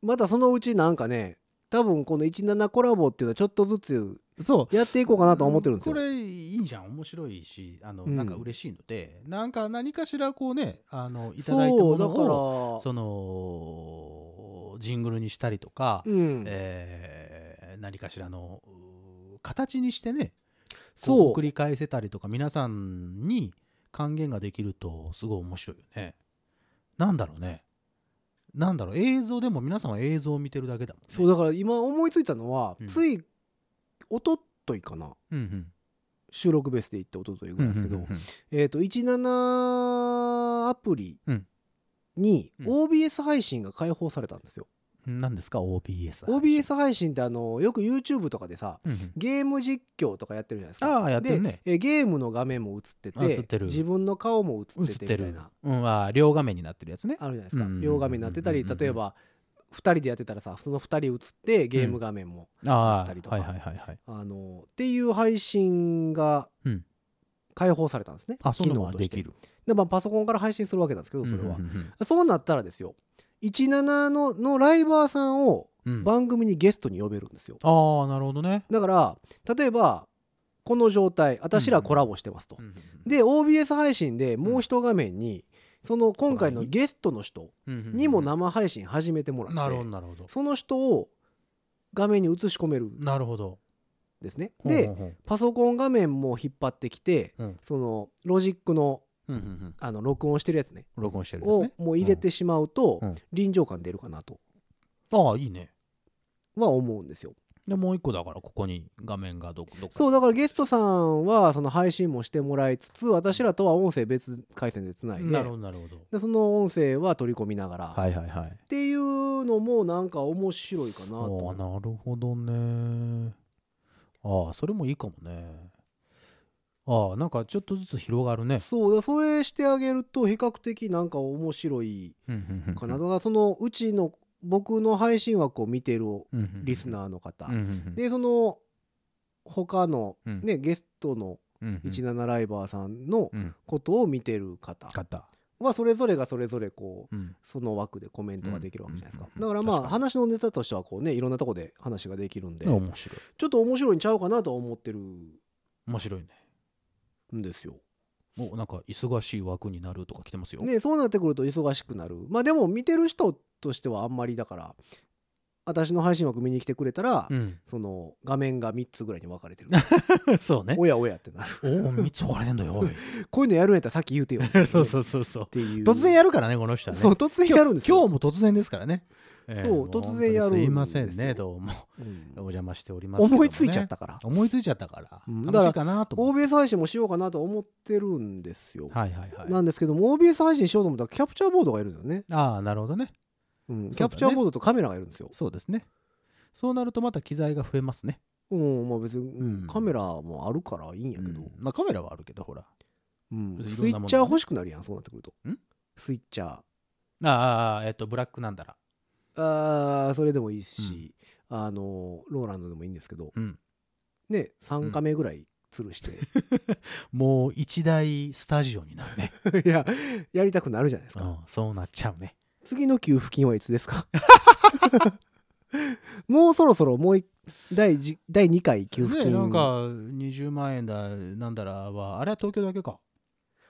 B: またそのうちなんかね多分この17コラボっていうのはちょっとずつ
C: そう
B: やっていこうかなとは思ってるんですよ、
C: これいいじゃん面白いしあの、
B: うん
C: なんか嬉しいのでなんか何かしらこうねあのいただいた
B: そ
C: も
B: うだ
C: のを
B: から
C: そのジングルにしたりとか、
B: うん、
C: えー何かしらのうー形にしてね
B: そ
C: こ
B: う
C: う繰り返せたりとか皆さんに還元ができるとすごい面白いよね。なんだろうね。なんだろう映像でも皆さんは映像を見てるだけだもんね。
B: そうだから今思いついたのは、
C: うん
B: ついおとといかな
C: うん
B: 収録ベースで行ったおとといぐ
C: う
B: ら
C: ん。
B: いですけど、
C: うんうんうんうん
B: えっ、と17アプリ
C: うん
B: に
C: うん
B: OBS 配信が解放されたんですよ、
C: 何ですか OBS。
B: OBS 配信ってあのよく YouTube とかでさ
C: うんうん
B: ゲーム実況とかやってるじゃないですか
C: ああやってるね。
B: でえーゲームの画面も映って
C: あ
B: て
C: 映ってる
B: 自分の顔も映っ
C: 映って
B: て
C: て
B: てみたい
C: る
B: な。
C: うん、あー両画面になってるやつね。
B: あるじゃないですか、
C: うん
B: 両画面になってたり
C: うんうんうん
B: 例えば2人でやってたらさその2人映ってゲーム画面も、あ
C: あ
B: っ
C: あ
B: たりとか
C: はいはいはいはい。
B: あのっていう配信が
C: うん
B: 解放されたんですね、
C: あそんなのは
B: とし
C: で
B: て
C: きる。
B: で、まあ、パソコンから配信するわけなんですけどそれは、
C: うんうんうん
B: そうなったらですよ17ののライバーさんを
C: うんうん
B: 番組にゲストに呼べるんですよ、
C: ああなるほどね。
B: だから例えばこの状態私らコラボしてますと、で OBS 配信でもう一画面に、その今回のゲストの人に
C: に
B: も生配信始めてもらって、
C: なるほどなるほど
B: その人を画面に映し込めるん
C: なるほど
B: ですね。
C: ほう
B: で
C: ほう
B: パソコン画面も引っ張ってきて、
C: うん
B: そのロジックの
C: ほううんうんうん
B: あの録音してるやつね
C: 録音してるんです
B: を
C: ね
B: もう入れてしまうと、
C: うん
B: 臨場感出るかなと
C: ああいいね
B: は思うんですよ。
C: でもう一個だからここに画面がどどっか
B: そうだからゲストさんはその配信もしてもらいつつ私らとは音声別回線でつないで
C: なるほどなるほど
B: でその音声は取り込みながら、
C: はいはいはい
B: っていうのもなんか面白いかな
C: あ
B: と
C: あ
B: 思う
C: なるほどねああそれもいいかもねああなんかちょっとずつ広がるね
B: そうだそれしてあげると比較的なんか面白いかなだからそのうちの僕の配信枠を見てるリス
C: ー
B: ナーの方、でその他の、
C: うん
B: ねゲストの17ライバーさんのことを見てる方
C: 方
B: はそれぞれがそれぞれこう
C: うん
B: その枠でコメントができるわけじゃないですか、
C: うんうんう
B: だ
C: ん
B: からまあ
C: 確かに
B: 話のネタとしてはこうねいろんなとこで話ができるんで、
C: 面白い
B: ちょっと面白いんちゃうかなとは思ってるん
C: 面白いね
B: ですよ。
C: もうなんか忙しい枠になるとか来てますよ
B: ね、そうなってくると忙しくなるまあでも見てる人としてはあんまりだから私の配信枠見に来てくれたら、
C: うん、
B: その画面が3つぐらいに分かれてる
C: そうね。
B: おやおやってなる
C: おお、3つ分かれてんだよ、おい。
B: こういうのやるんやったらさっき言うてよ
C: そう
B: う
C: そうそうそう
B: っ。ていう
C: 突然や
B: る、
C: るからね、この人はね。
B: そう突然やるんです
C: 今
B: よ
C: 日も突然ですからね。ええ
B: そう
C: も
B: 突然やるんで
C: 本当
B: すよ
C: にすいませんね、どうも。
B: うん
C: お邪魔しておりますけどもね。
B: 思いついちゃったから
C: 思いついちゃったから、
B: うん
C: 楽しいかなと思って
B: OBS 配信もしようかなと思ってるんですよ、
C: はいはいはい。
B: なんですけども OBS 配信しようと思ったらキャプチャーボードがいるんだよね、
C: ああ、なるほどね。
B: うん
C: ね
B: キャプチャーボードとカメラがいるんですよ
C: そうですね。そうなるとまた機材が増えますね。
B: うんまあ別に、
C: うん
B: カメラもあるからいいんやけど、
C: うんまあカメラはあるけど、ほら。
B: うん
C: 別にいろ
B: ス
C: ん
B: イ
C: なも
B: ッ
C: のね
B: チャー欲しくなるやんそうなってくると
C: ん
B: スイッチャー
C: ああああ、えっと、ブラックなんだら。
B: あーそれでもいいし、あのローランドでもいいんですけど
C: うん。
B: ね3カメぐらい吊るして、
C: もう一大スタジオになるね。
B: いややりたくなるじゃないです
C: う
B: か、
C: ん、そうなっちゃうね。
B: 次の給付金はいつです かもうそろそろもうい第じ第2回給付
C: ね
B: 金、
C: なんか20万円だなんだらはあれは東京だけか、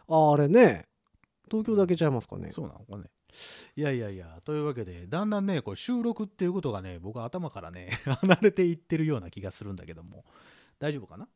B: ああれね東京だけちゃいますかね
C: そうなのかねいやいやいやというわけでだんだんねこう収録っていうことがね僕は頭からね 離れていってるような気がするんだけども大丈夫かな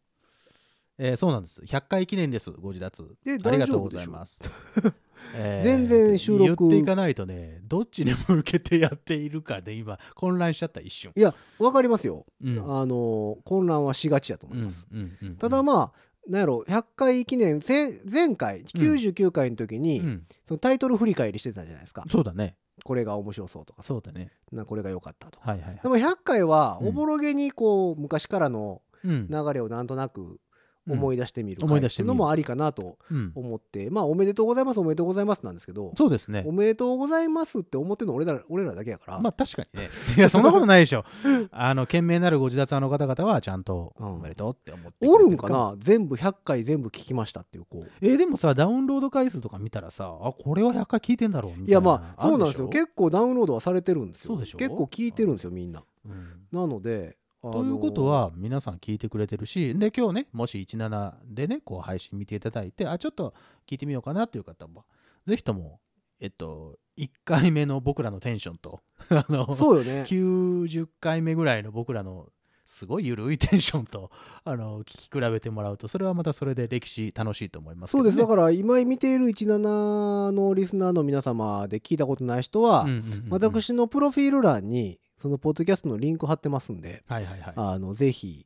C: えーそうなんです100回記念ですご自立
B: え
C: ありが
B: 大丈
C: とう
B: 夫
C: ご
B: で
C: ざ
B: し
C: い
B: ょ
C: ます、 えー
B: 全然収録
C: 言っていかないとねどっちに向けてやっているかで今混乱しちゃった一瞬
B: いやわかりますよ、
C: うん
B: あの混乱はしがちだと思
C: う
B: い
C: ん
B: ます、
C: うんうん
B: ただまあなんやろ100回記念前前回99回の時に、
C: うん
B: そのタイトル振り返りしてたじゃないですか、
C: そうだね
B: これが面白そうとか
C: そうだね
B: なこれが良かったとか、
C: はいはいはい
B: でも100回は
C: うん
B: おぼろげにこう昔からの
C: うん
B: 流れをなんとなく思い出してみる
C: うん思い出してみる
B: のもありかなと
C: うん
B: 思ってまあおめでとうございますおめでとうございますなんですけど
C: そうですね
B: おめでとうございますって思ってるの俺ら俺らだけやから、
C: まあ確かにね。いや、そんなことないでしょ。あの、賢明なるご自立あの方々は、ちゃんと
B: うん
C: おめでとうって思ってくれて
B: おるんかな全部100回全部聞きましたっていう子
C: えーでもさ、ダウンロード回数とか見たらさ、あ、これは100回聞いてんだろうみたいな。
B: いやまあそうなんですよ
C: あるし
B: 結構ダウンロードはされてるんですよ
C: そうでしょ
B: 結構聞いてるんですよみんな
C: ょうん
B: なのであの
C: ということは、皆さん聞いてくれてるし、で、今日ね、もし17でね、こう配信見ていただいて、あ、ちょっと聞いてみようかなっていう方は、ぜひとも、えっと、1回目の僕らのテンションと、 あの、
B: そうよ ね
C: 90回目ぐらいの僕らのすごい緩いテンションとあの聞き比べてもらうとそれはまたそれで歴史楽しいと思いますけ
B: そうで
C: どね、
B: すだから今見ている17のリスナーの皆様で聞いたことない人は、
C: うんうんうんうん
B: 私のプロフィール欄にそのポッドキャストのリンク貼ってますんで、
C: はいはいはい
B: あのぜひ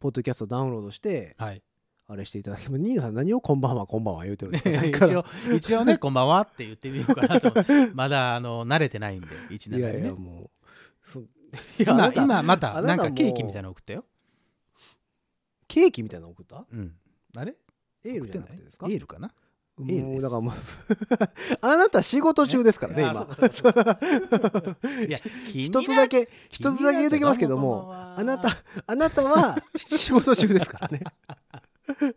B: ポッドキャストダウンロードして
C: はい
B: あれしていただきますニーナさん何をこんばんはこんばんは言うてるんですかさっきから
C: 一応一応ね「こんばんは」って言ってみようかなと思ってまだあの慣れてないんで一
B: い
C: 年
B: や
C: ね
B: いやもうそいやあ
C: 今
B: なた
C: 今また
B: あな
C: な
B: た
C: んかケーキ
B: もう
C: みたいなの送ったよ、
B: ケーキみたいなの送った
C: うん、あれ
B: エールじゃなくてですか
C: エールかなエールです
B: もうだからもう あなた仕事中ですからね
C: あ
B: 今
C: そうかそうか そうかいや
B: 一つだ
C: け
B: け一つだけ言うてきますけどもあなた、あなたは仕事中ですからね。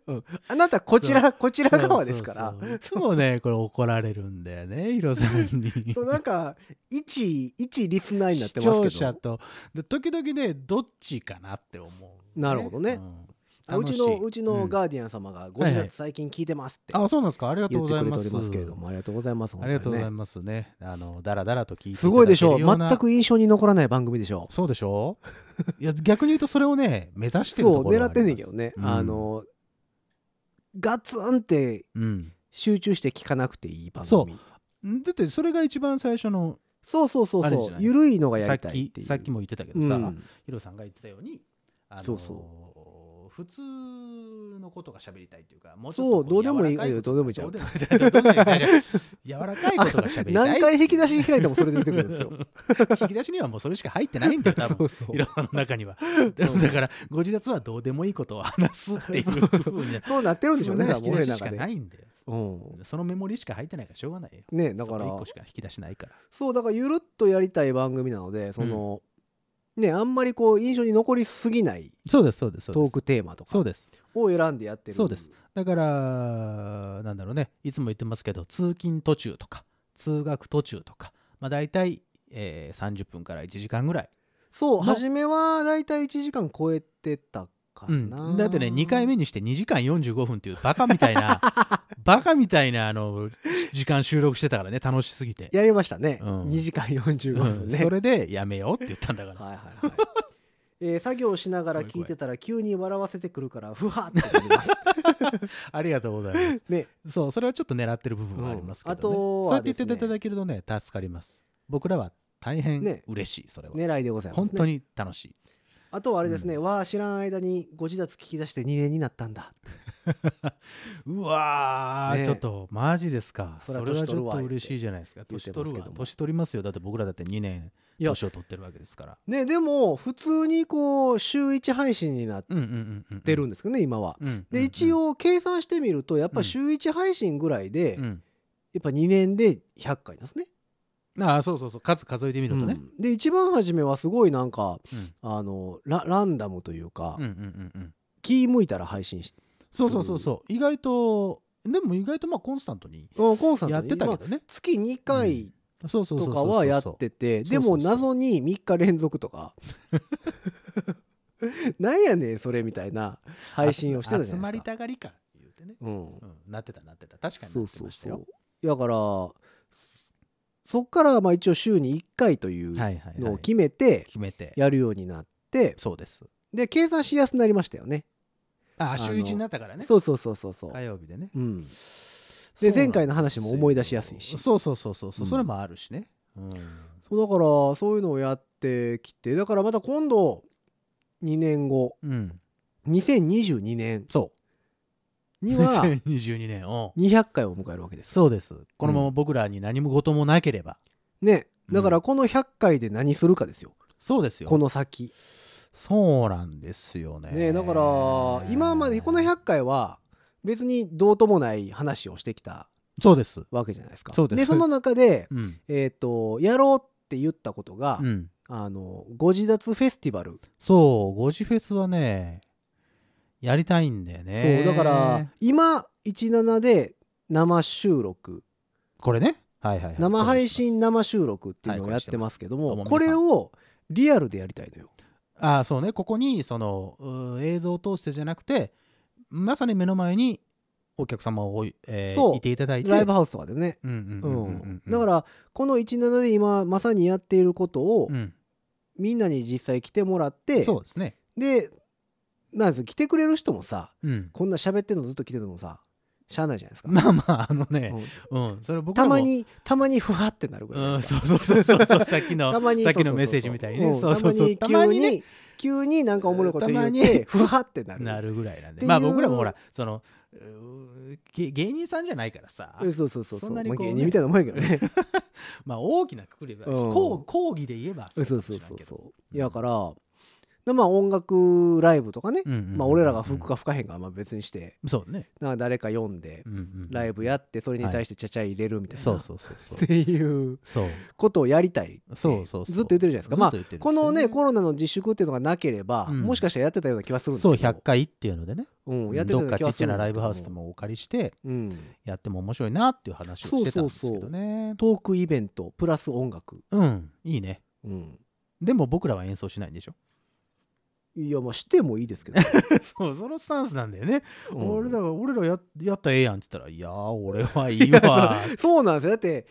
B: うん、あなた、こちら、こちら側ですから
C: そう。そうそういつもねこれ怒られるんだよねヒロさんに
B: そうなんか、一、一リスナーになっ
C: 視
B: てます
C: 聴
B: け
C: 者
B: ど。
C: とで時々ねどっちかなって思う
B: なるほどねあ
C: うん
B: うちの、
C: 楽しいう
B: ちの
C: ん
B: ガーディアン様が、ご
C: はい
B: 自
C: はい
B: 宅最近聞いてますって。
C: あそうなんですかありがと
B: 言
C: う
B: っ
C: ご
B: て
C: ざい
B: くれて
C: ま
B: おります
C: す
B: けれども、ありがとうございます。
C: ありがとうござい
B: ま
C: ますねあのだらだらと聞いて
B: すごいでしょう。
C: ただけるような
B: 全く印象に残らない番組でしょう。
C: そうでしょういや逆に言うとそれをね目指してる
B: そ
C: と
B: う、
C: ころ
B: 狙
C: があります
B: ってんねんけどね。
C: うん
B: あの、ガツンって
C: うん
B: 集中して聞かなくていい番組。
C: だってそれが一番最初の
B: そうそうそう
C: あれじ
B: そ
C: ゃ
B: う
C: な。い
B: ゆるいのがや
C: さっ
B: りたいっ
C: き
B: ていう。
C: さっきも言ってたけど
B: う
C: さ、
B: ん、
C: ヒロさんが言ってたように、あの
B: そうそ
C: 普通のことが喋りたいというか、もうち
B: そ
C: ょ
B: う
C: っと
B: どうでもいい
C: 柔らかこと
B: どうでもいいじゃん
C: どうでもいい柔らかいことが喋りたい。
B: 何回引き出し開いてもそれで出てくるんですよ。
C: 引き出しにはもうそれしか入って ないんだよ、多 分。
B: そう
C: ヒロさんの中には。だから、ご自立はどうでもいいことを話すっていうふうに。
B: そうなってるんでしょうね、
C: 引き出
B: 俺
C: し
B: の
C: しか
B: 中で
C: な。いんだよ。
B: うん
C: そのメモリしか入ってないからしょうがないよ。
B: ねだから
C: その1個しか引き出しないから。
B: そうだからゆるっとやりたい番組なのでその、ねあんまりこう印象に残りすぎない
C: そうです、そうです。
B: トークテーマとか
C: そうです。
B: を選んでやってる
C: そうですだからなんだろうねいつも言ってますけど通勤途中とか通学途中とか、まあ、大体、えー、30分から1時間ぐらい、
B: そう
C: の
B: 初めはだいたい1時間超えてたか
C: う
B: な、
C: ん、だってね2回目にして2時間45分っていうバカみたいな バカみたいなあの時間収録してたからね楽しすぎて、
B: やりましたね、
C: うん
B: 2時間45
C: う
B: 分
C: ん
B: ね、
C: それでやめようって言ったんだから
B: はいはいはいえー作業しながら聞いてたら急に笑わせてくるからふはってなり ます
C: ありがとうございます
B: ね
C: そうそれはちょっと狙ってる部分はありますけど、ね
B: うんあと
C: そうや
B: は
C: っ
B: で
C: て
B: すね
C: 言っていただけるとね助かります僕らは大変
B: ね
C: 嬉しいそれは、
B: 狙いでございます、ね、
C: 本当に楽しい
B: あとはあれですね、わあ知らん間にご自立聞き出して2年になったんだ
C: うわー、
B: ねえ
C: ちょっとマジですかそ
B: そ
C: れ
B: りゃ年
C: はち
B: 取
C: ょ
B: る
C: っ
B: わ
C: と嬉しいじゃないですか
B: 言って
C: 年
B: ますけ
C: 取る
B: ど
C: わ
B: も
C: 年取りますよだって僕らだって2年
B: いや
C: 年を取ってるわけですから
B: ねでも普通にこう週1配信になっ
C: うんうんうんうん
B: てるんですけどね、今は。
C: うんうん
B: で一応計算してみるとやっぱ週1配信ぐらいで、
C: うんうん
B: やっぱ2年で100回なんですね。
C: ああそうそうそう数数えてみるとね
B: うんで一番初めはすごいなんか
C: うん
B: あのラランダムというか、
C: うんうんうんうん
B: 気向いたら配信して
C: そうそうそうそう意外とでも意外とまあコンスタントに
B: コンサート
C: やってたけ
B: 今
C: どね
B: 月2回
C: そうそう
B: と
C: そうそう
B: かはやってて
C: そうそう
B: で
C: そう
B: も謎に3日連続と かなんやねんそれみたいな配信をしてたじ
C: 集
B: ゃな
C: ま
B: いで
C: り
B: すか。
C: たがりか言うてね
B: うん
C: うんなってたなってた確かに
B: そ
C: な
B: う
C: って
B: そう
C: まし
B: そ
C: たよ
B: うだからそそっからまあ一応週に1回という
C: はいはいは
B: のを
C: い
B: 決めて
C: 決めて
B: やるようになって
C: そうです
B: で計算しやすくなりましたよね
C: ああ
B: あの
C: 週1になったからね
B: そうそうそうそうそう
C: 火曜日でね
B: うん
C: そうなん
B: 前回の話も思い出しやすいし
C: そうそうそうそう、う
B: うん
C: それもあるしね、うん、
B: そうだからそういうのをやってきてだからまた今度2年後
C: うん、
B: 2022年
C: そ
B: に
C: う
B: は
C: 2022年を
B: 200回を迎えるわけです
C: そうですこのまま僕らに何も事もなければ、
B: ね
C: うん
B: だからこの100回で何するかですよ
C: そうです
B: こ
C: よ
B: の先
C: そうなんですよね
B: ねだから今までこの100回は別にどうともない話をしてきた
C: そうです
B: わけじゃないですか
C: そうです
B: その中で
C: うん、
B: えっ、とやろうって言ったことが、
C: うん、
B: あのご自立フェスティバル、
C: そうゴジフェスはねやりたいんだよね
B: そうだから今17で生収録
C: これねはいはい、はい、
B: 生配信生収録っていうのを
C: はい
B: やってますけども、
C: どうも
B: これをリアルでやりたいのよ
C: ああそうねここにそのうー映像を通してじゃなくてまさに目の前にお客様をおい,、えー
B: そう
C: いていただいて
B: ライブハウスとかでね、
C: うんう
B: うん
C: うん
B: ん
C: うんうんうん
B: だからこの17で今まさにやっていることを、
C: うん、
B: みんなに実際来てもらって
C: そうですね、
B: でなんですよ来てくれる人もさ
C: うん、
B: こんな喋ってんのずっと来てるのもさしゃあないじゃないですか、
C: まあまああのね、
B: うん
C: うんそれ僕
B: た
C: らも
B: ま、にたまにふわってなるぐらいじゃ
C: う
B: ない
C: ん、
B: ですか
C: そうそうそうそう そうさっきの
B: たまに
C: さっき
B: そ
C: の
B: うそうそうそう
C: メッセージみたいにね
B: うん
C: そうそうそう
B: たまに
C: たま
B: 急
C: に
B: に急になんかおもろいこと言った
C: まに
B: てふわってなる
C: なるぐらいなん
B: って
C: で
B: いう
C: まあ僕らもほらそのうー芸芸人さんじゃないからさ、
B: うんそうそうそうそ
C: そん
B: う
C: なに
B: まあ
C: こうね
B: 芸人みたいなもんやけどね
C: まあ大きなくくりは、
B: うん
C: 講講義で言えば
B: そうそう
C: か
B: そう
C: もしれ
B: そ
C: ん
B: う
C: けど
B: そうやからでまあ音楽ライブとかね
C: うんうんうんうん
B: まあ俺らが吹くか吹かへんかはまあ別にして
C: そうね、
B: なんか誰か読んで
C: うんうん、
B: ライブやってそれに対してちゃちゃ入れるみたいな
C: そう
B: っ
C: そうそ うそう
B: ていう
C: そう
B: ことをやりたいって
C: そうそうそう
B: ずっと言ってるじゃないですかまあ
C: ずっと言ってるんです
B: こ
C: よね
B: のねコロナの自粛っていうのがなければ
C: うん
B: もしかしたらやってたような気はするんですけ
C: そう
B: ど
C: 100回っていうのでね、
B: うんやってたよ
C: どっ
B: うな気
C: かちっ
B: はす
C: ち
B: るんですけ
C: ゃ
B: ど
C: なライブハウスでもお借りして
B: うん
C: やっても面白いなっていう話をしてたんですけどね
B: トークイベントプラス音楽、
C: うんいいね
B: うん、
C: でも僕らは演奏しないんでしょ
B: いやまあしてもいいですけど、
C: そうそのスタンスなんだよね、
B: うん
C: 俺だから俺らややったらええやんって言ったら「いやー俺はいいわ
B: そうなんですよだって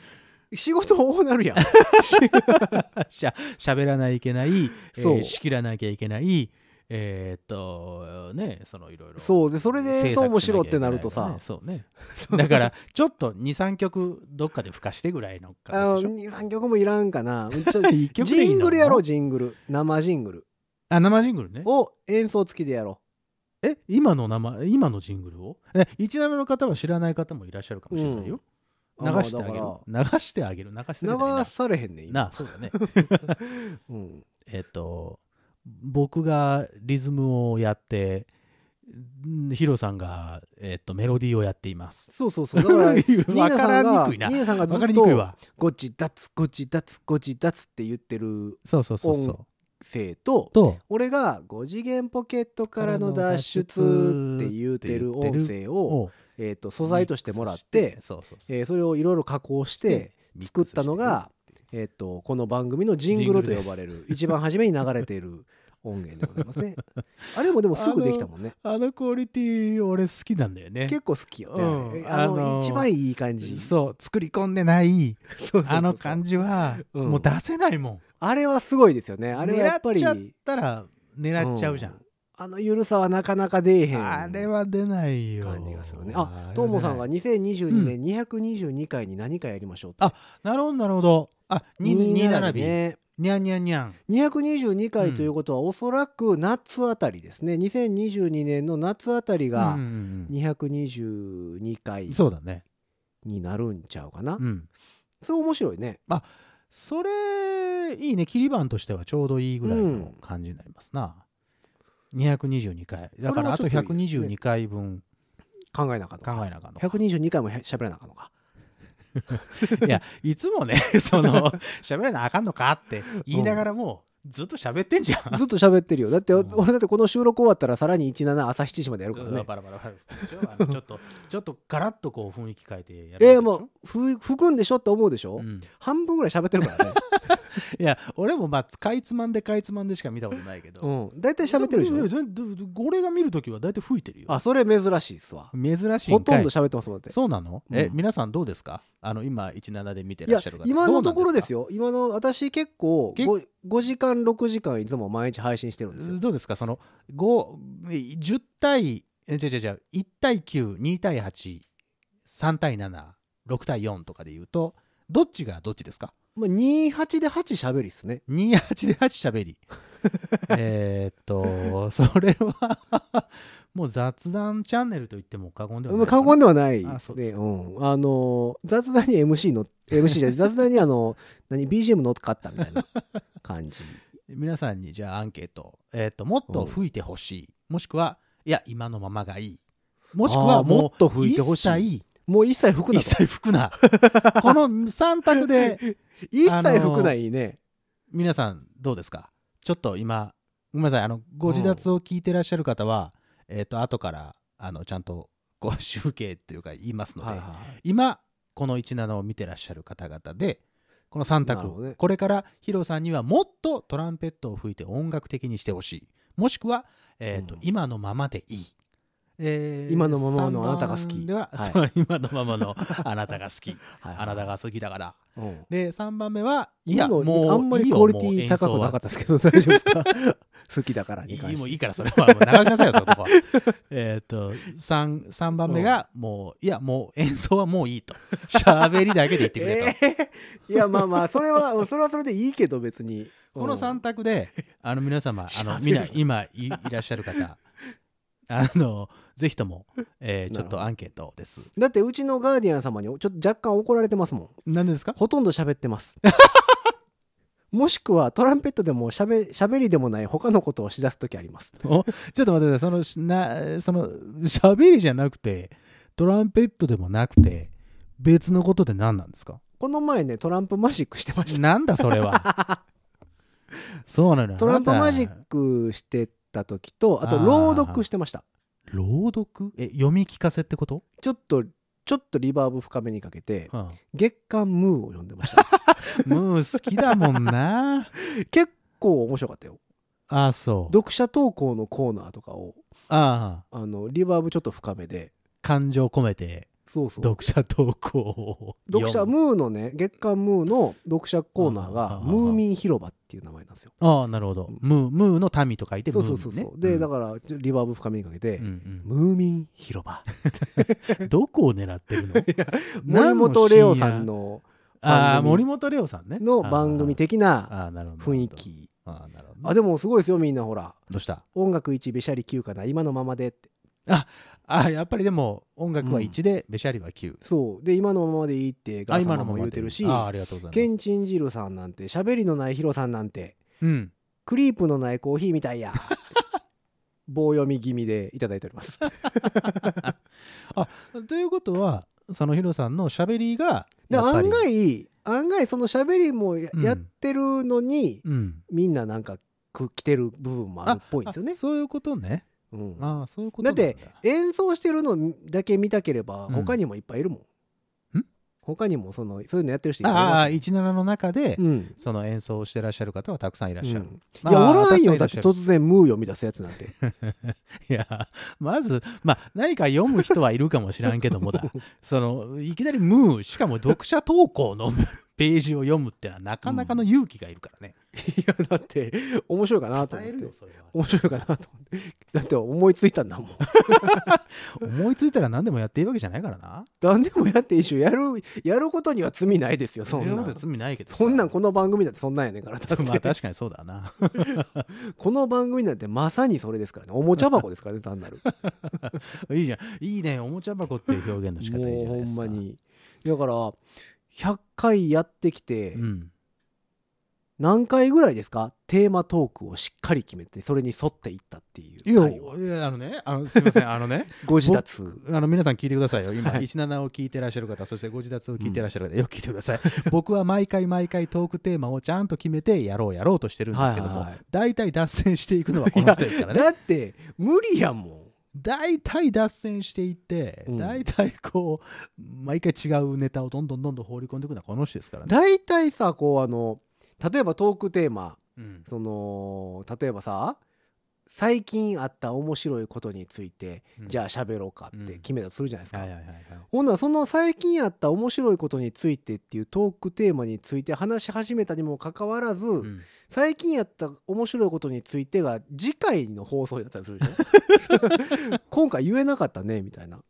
B: 仕事多なるやん
C: しゃ喋らないといけない、えー
B: そう
C: 仕切らなきゃいけないえーっとねそのいろいろ
B: そうでそれで
C: 制
B: そう
C: 作
B: も
C: し
B: し
C: な
B: ろ
C: き
B: っ
C: ゃいけ
B: て
C: な
B: ないると
C: から
B: さ
C: ねそうね だからちょっと23曲どっかで吹かしてぐらいの
B: あ
C: 感
B: の
C: じでしょ
B: 23曲もいらんか なちょ
C: 一曲でい
B: ジ
C: いの
B: ングルやろうジングル生ジングル
C: あ生ジングルね
B: を演奏付きでやろ
C: え今の生今のジングルをえ一覧目の方は知らない方もいらっしゃるかもしれないよ、
B: う
C: 流
B: あ
C: してあげる
B: だか
C: 流してあげる流してあげる
B: 流されへんねん今
C: なあそうだね
B: うん、
C: えっと僕がリズムをやってんヒロさんが、えっとメロディーをやっています
B: そうそうそうだ からニーナさん
C: わ
B: が
C: か
B: ニ
C: りにくいな
B: ーナさんがず
C: わかり
B: っ
C: にくい
B: と
C: わ
B: ゴチダツゴチダツゴチダツって言ってる
C: そうそうそうそ
B: 生と
C: うと
B: 俺が5次元ポケットからの脱出って言うてる音声を、
C: を
B: えー、と素材としてもらっ
C: ミッ
B: て
C: クスして、そうそうそう
B: えーそれをいろいろ加工して
C: ミッ
B: 作
C: ク
B: っ
C: スして
B: たのが、えー、とこの番組のジングルと
C: ジングルで
B: 呼
C: す
B: ばれる一番初めに流れている音源でございます ねあれもでもすぐできたもんね
C: あのクオリティ俺好きなんだよね
B: 結構好きよね、
C: うん
B: あの
C: あのー
B: 一番いい感じ
C: そう作り込んでないあの
B: じ
C: 感じは
B: うん
C: もう出せないもん、
B: あれはすごいですよねあれはやっぱり
C: 狙っちゃったら狙っちゃうじゃん、
B: あの緩さはなかなか出えへん
C: あれは出ないよ
B: 感じがするね
C: れは出な
B: あ
C: い
B: トーモさんが2022年222回に何かやりましょうって
C: あなるほどなるほどあ二
B: 二
C: 2並び
B: ね
C: にゃんにゃんにゃん
B: 222回ということはおそらく夏あたりですね2022年の夏あたり
C: う
B: が
C: んうんうん
B: 222回
C: そうだね
B: になるんちゃうかな
C: うん
B: そう面白いね
C: それいいね切り板としてはちょうどいいぐらいの感じになりますな、222回だからあと
B: それはちょっといいですね
C: 122回分
B: 考えなかっ
C: 考
B: た
C: えなあかんのか
B: 122回もへ喋らなあかん のか
C: いやいつもねその喋らなあかんのかって言いながらもうずっと喋ってんじゃん
B: ずっと喋ってるよだって
C: うん
B: 俺だってこの収録終わったらさらに17朝7時までやるからね
C: バラバラバラちょあのちょっとちょっとガラッとこう雰囲気変えてやる
B: えー、もうふ吹くんでしょって思うでしょ、
C: うん
B: 半分ぐらい喋ってる からね、
C: いや俺もまあかいつまんでかいつまんでしか見たことないけど、
B: うん、大体喋ってるでし
C: い
B: ょ
C: や全然でで俺が見るときは大体吹いてるよ
B: あそれ珍しいっすわ
C: 珍しいんかい
B: ほとんど喋ってますもんだって
C: そうなの、え
B: うん
C: 皆さんどうですかあの今17で見て
B: い
C: ら
B: や
C: っしゃる方
B: 今のところです
C: よ
B: よ今の私結構
C: け
B: 5, 時間6時間いつも毎日配信してるんですよ
C: どうですかその5 10対え違う違う違う1対92対83対76対4とかで言うとどっちがどっちですか
B: まあ28で8喋りっすね
C: 28で8しゃ べりえーっとそれはもう雑談チャンネルと言っても過言ではな
B: ま
C: い
B: あ過言ではないで
C: あ
B: す
C: そう
B: ね
C: ですか
B: うん、あのー雑談に MC の MC じゃ ない雑談にあの何 BGM 乗っかったみたいな感じ
C: 皆さんにじゃあアンケート、えー、ともっと吹いてほしい、もしくはいや今のままがいいもしく
B: あー
C: はもう
B: もっと吹いてほしいもう一切吹く
C: 一
B: な
C: 切
B: と
C: 一切吹くなこの3択で
B: 一
C: あの
B: 切
C: ー
B: 吹くないいね、
C: 皆さんどうですかちょっと今ごめんなさいあのご自立を聞いてらっしゃる方は、えっ、と後からあのちゃんとこう 集計というか言いますので、
B: はいはい
C: 今この17を見てらっしゃる方々でこの3
B: なるほ
C: 択、
B: どね
C: これからヒロさんにはもっとトランペットを吹いて音楽的にしてほしいもしくは、えーと
B: うん
C: 今のままでいい、えー
B: 今のままのあなたが好き
C: 三番では、
B: はい
C: そう今のままのあなたが好 き
B: はいはい
C: あなたが好きだから
B: うん
C: で3番目はい
B: いや
C: や
B: も
C: も
B: う
C: う
B: あんまり
C: いいよ
B: クオリティ高くなかったですけど大丈夫ですか 好きだから
C: い
B: に関
C: いも
B: し
C: う
B: て
C: いいからそれはもう流しなさいよそこ はえっと 3, 三番目がもういやもう演奏はもういいと喋りだけで言ってく れと、
B: えーいやまあまあそれはそれはそれでいいけど別に
C: この3択であの皆様あ
B: 喋
C: の
B: る
C: みんな今いいらっしゃる方 あのぜひとも、えーちょ
B: なる
C: っ
B: ほ
C: と
B: ど
C: アンケートです
B: だってうちのガーディアン様にちょっと若干怒られてますもん
C: 何ですか
B: ほとんど喋ってます もしくはトランペットでもしゃべ喋りでもない他のことをしだす時あります
C: おちょっと待ってくださいそのしなその喋りじゃなくてトランペットでもなくて別のことで何なんですか
B: この前ねトランプマジックしてま した
C: なんだそれは そうなのよ
B: トランプ
C: あなた
B: マジックしてた時とあと
C: あー
B: 朗読してました
C: 朗読え読み聞かせってこと、
B: ちょっとちょっとリバーブ深めにかけて
C: うん、
B: 月刊ムーを読んでま した
C: ムー好きだもんな
B: 結構面白かったよ
C: あそう
B: 読者投稿のコーナーとかを
C: ああ
B: あのリバーブちょっと深めで
C: 感情込めて
B: そうそう
C: 読者投稿を
B: 読者
C: 読む
B: ムーのね月刊ムーの読者コーナー
C: う
B: が
C: ん
B: ムーミン広場っていう名前なんですよ
C: ああなるほどムームーの民と書いてム
B: そ
C: ー
B: う
C: ね
B: そうそうそうでだ
C: か
B: からちょリバーブ深めにかけて
C: うん
B: ムーミン広 場
C: うんどこを狙ってる の
B: 森本レオさんの番
C: ああ
B: 組
C: 森本レオさんね
B: の番組的な
C: ああなるほど
B: 雰囲気
C: ああなるほど
B: あでもすごいですよみんなほら
C: どうした
B: 音楽一べしゃり9かな今のままでって
C: ああやっぱりでも音楽は1で、べしゃりは9
B: そうで今のままでいいってガ
C: あ
B: ー
C: 今
B: 様
C: の
B: も
C: まま
B: 言う
C: で
B: てるし
C: ああありがとうござ
B: ケ
C: いま
B: ン
C: す
B: チンジルさんなんて喋りのないヒロさんなんて
C: うん
B: クリープのないコーヒーみたい や棒読み気味でいただいております
C: ということはそのヒロさんのしゃべりが
B: で
C: やっぱり
B: 案外案外その喋りもや,、
C: うん
B: ってるのに
C: うん
B: みんななんかく来てる部分もあるっぽいんですよね
C: あ、そういうことね
B: うん、
C: ああそういうこと
B: だ
C: な
B: っ
C: んだ
B: て演奏してるのだけ見たければ
C: うん
B: 他にもいっぱいいるもん、
C: ん
B: 他にもそのそういうのやってる人いっぱいい
C: ああ
B: ますよ
C: 17の中で、
B: うん
C: その演奏をしてらっしゃる方はたくさんいらっ
B: うん
C: しゃる、
B: いや
C: まあ
B: おらんよだっ
C: たく
B: て
C: さんいらっしゃる
B: 突然ムー読み出すやつなん て
C: いやまず、まあ、何か読む人はいるかもしらんけ どもだそのいきなり「ムー」しかも読者投稿の ページを読むってのはなかなかの勇気がいるからね。
B: いやだって面白いかなと思っ
C: 耐え
B: て
C: るよそれは
B: 面白いかなと思ってだって思いついたんだもん
C: 思いついたら何でもやっていいわけじゃないからな。
B: 何でもやっていいしやるやることには罪ないですよそんな
C: やること
B: ん
C: は罪ないけどさ
B: そんなんこの番組だってそんなんやねんからだって
C: まあ確かにそうだな。
B: この番組なんてまさにそれですからねおもちゃ箱ですからね単なる
C: いいじゃん。いいね。おもちゃ箱っていう表現の仕方いいじゃな
B: も
C: いうで
B: ほん
C: すか。
B: まにだから100回やってきて、
C: うん。
B: 何回ぐらいですかテーマトークをしっかり決めてそれに沿っていったってい
C: いうや、
B: 回を
C: いやあのね、あのすいません、あ のね、
B: ご自立
C: あの皆さん聞いてくださいよ。今、
B: はい
C: 17を聞いてらっしゃる方、そしてご自立を聞いてらっしゃる方、よく聞いてください。 僕は毎回毎回トークテーマをちゃんと決めてやろうやろうとしてるんですけど
B: はい
C: も
B: はいはい、
C: 大体脱線していくのはこの人ですからね。
B: だって無理やも
C: 大体脱線していって、
B: うん
C: 大体こう、毎回違うネタをどんどんどんどん放り込んでいくのはこの人ですから
B: ん
C: ね。
B: 大体さこうあの例えばトークテーマ
C: うん
B: その例えばさ最近あった面白いことについて、じゃあ喋ろうかって決めたとするじゃないですか、
C: はいはいはいはい。
B: ほんならその最近あった面白いことについてっていうトークテーマについて話し始めたにもかかわらず、
C: うん
B: 最近やった面白いことについてが次回の放送だったりするでし ょ今回言えなかったねみたいな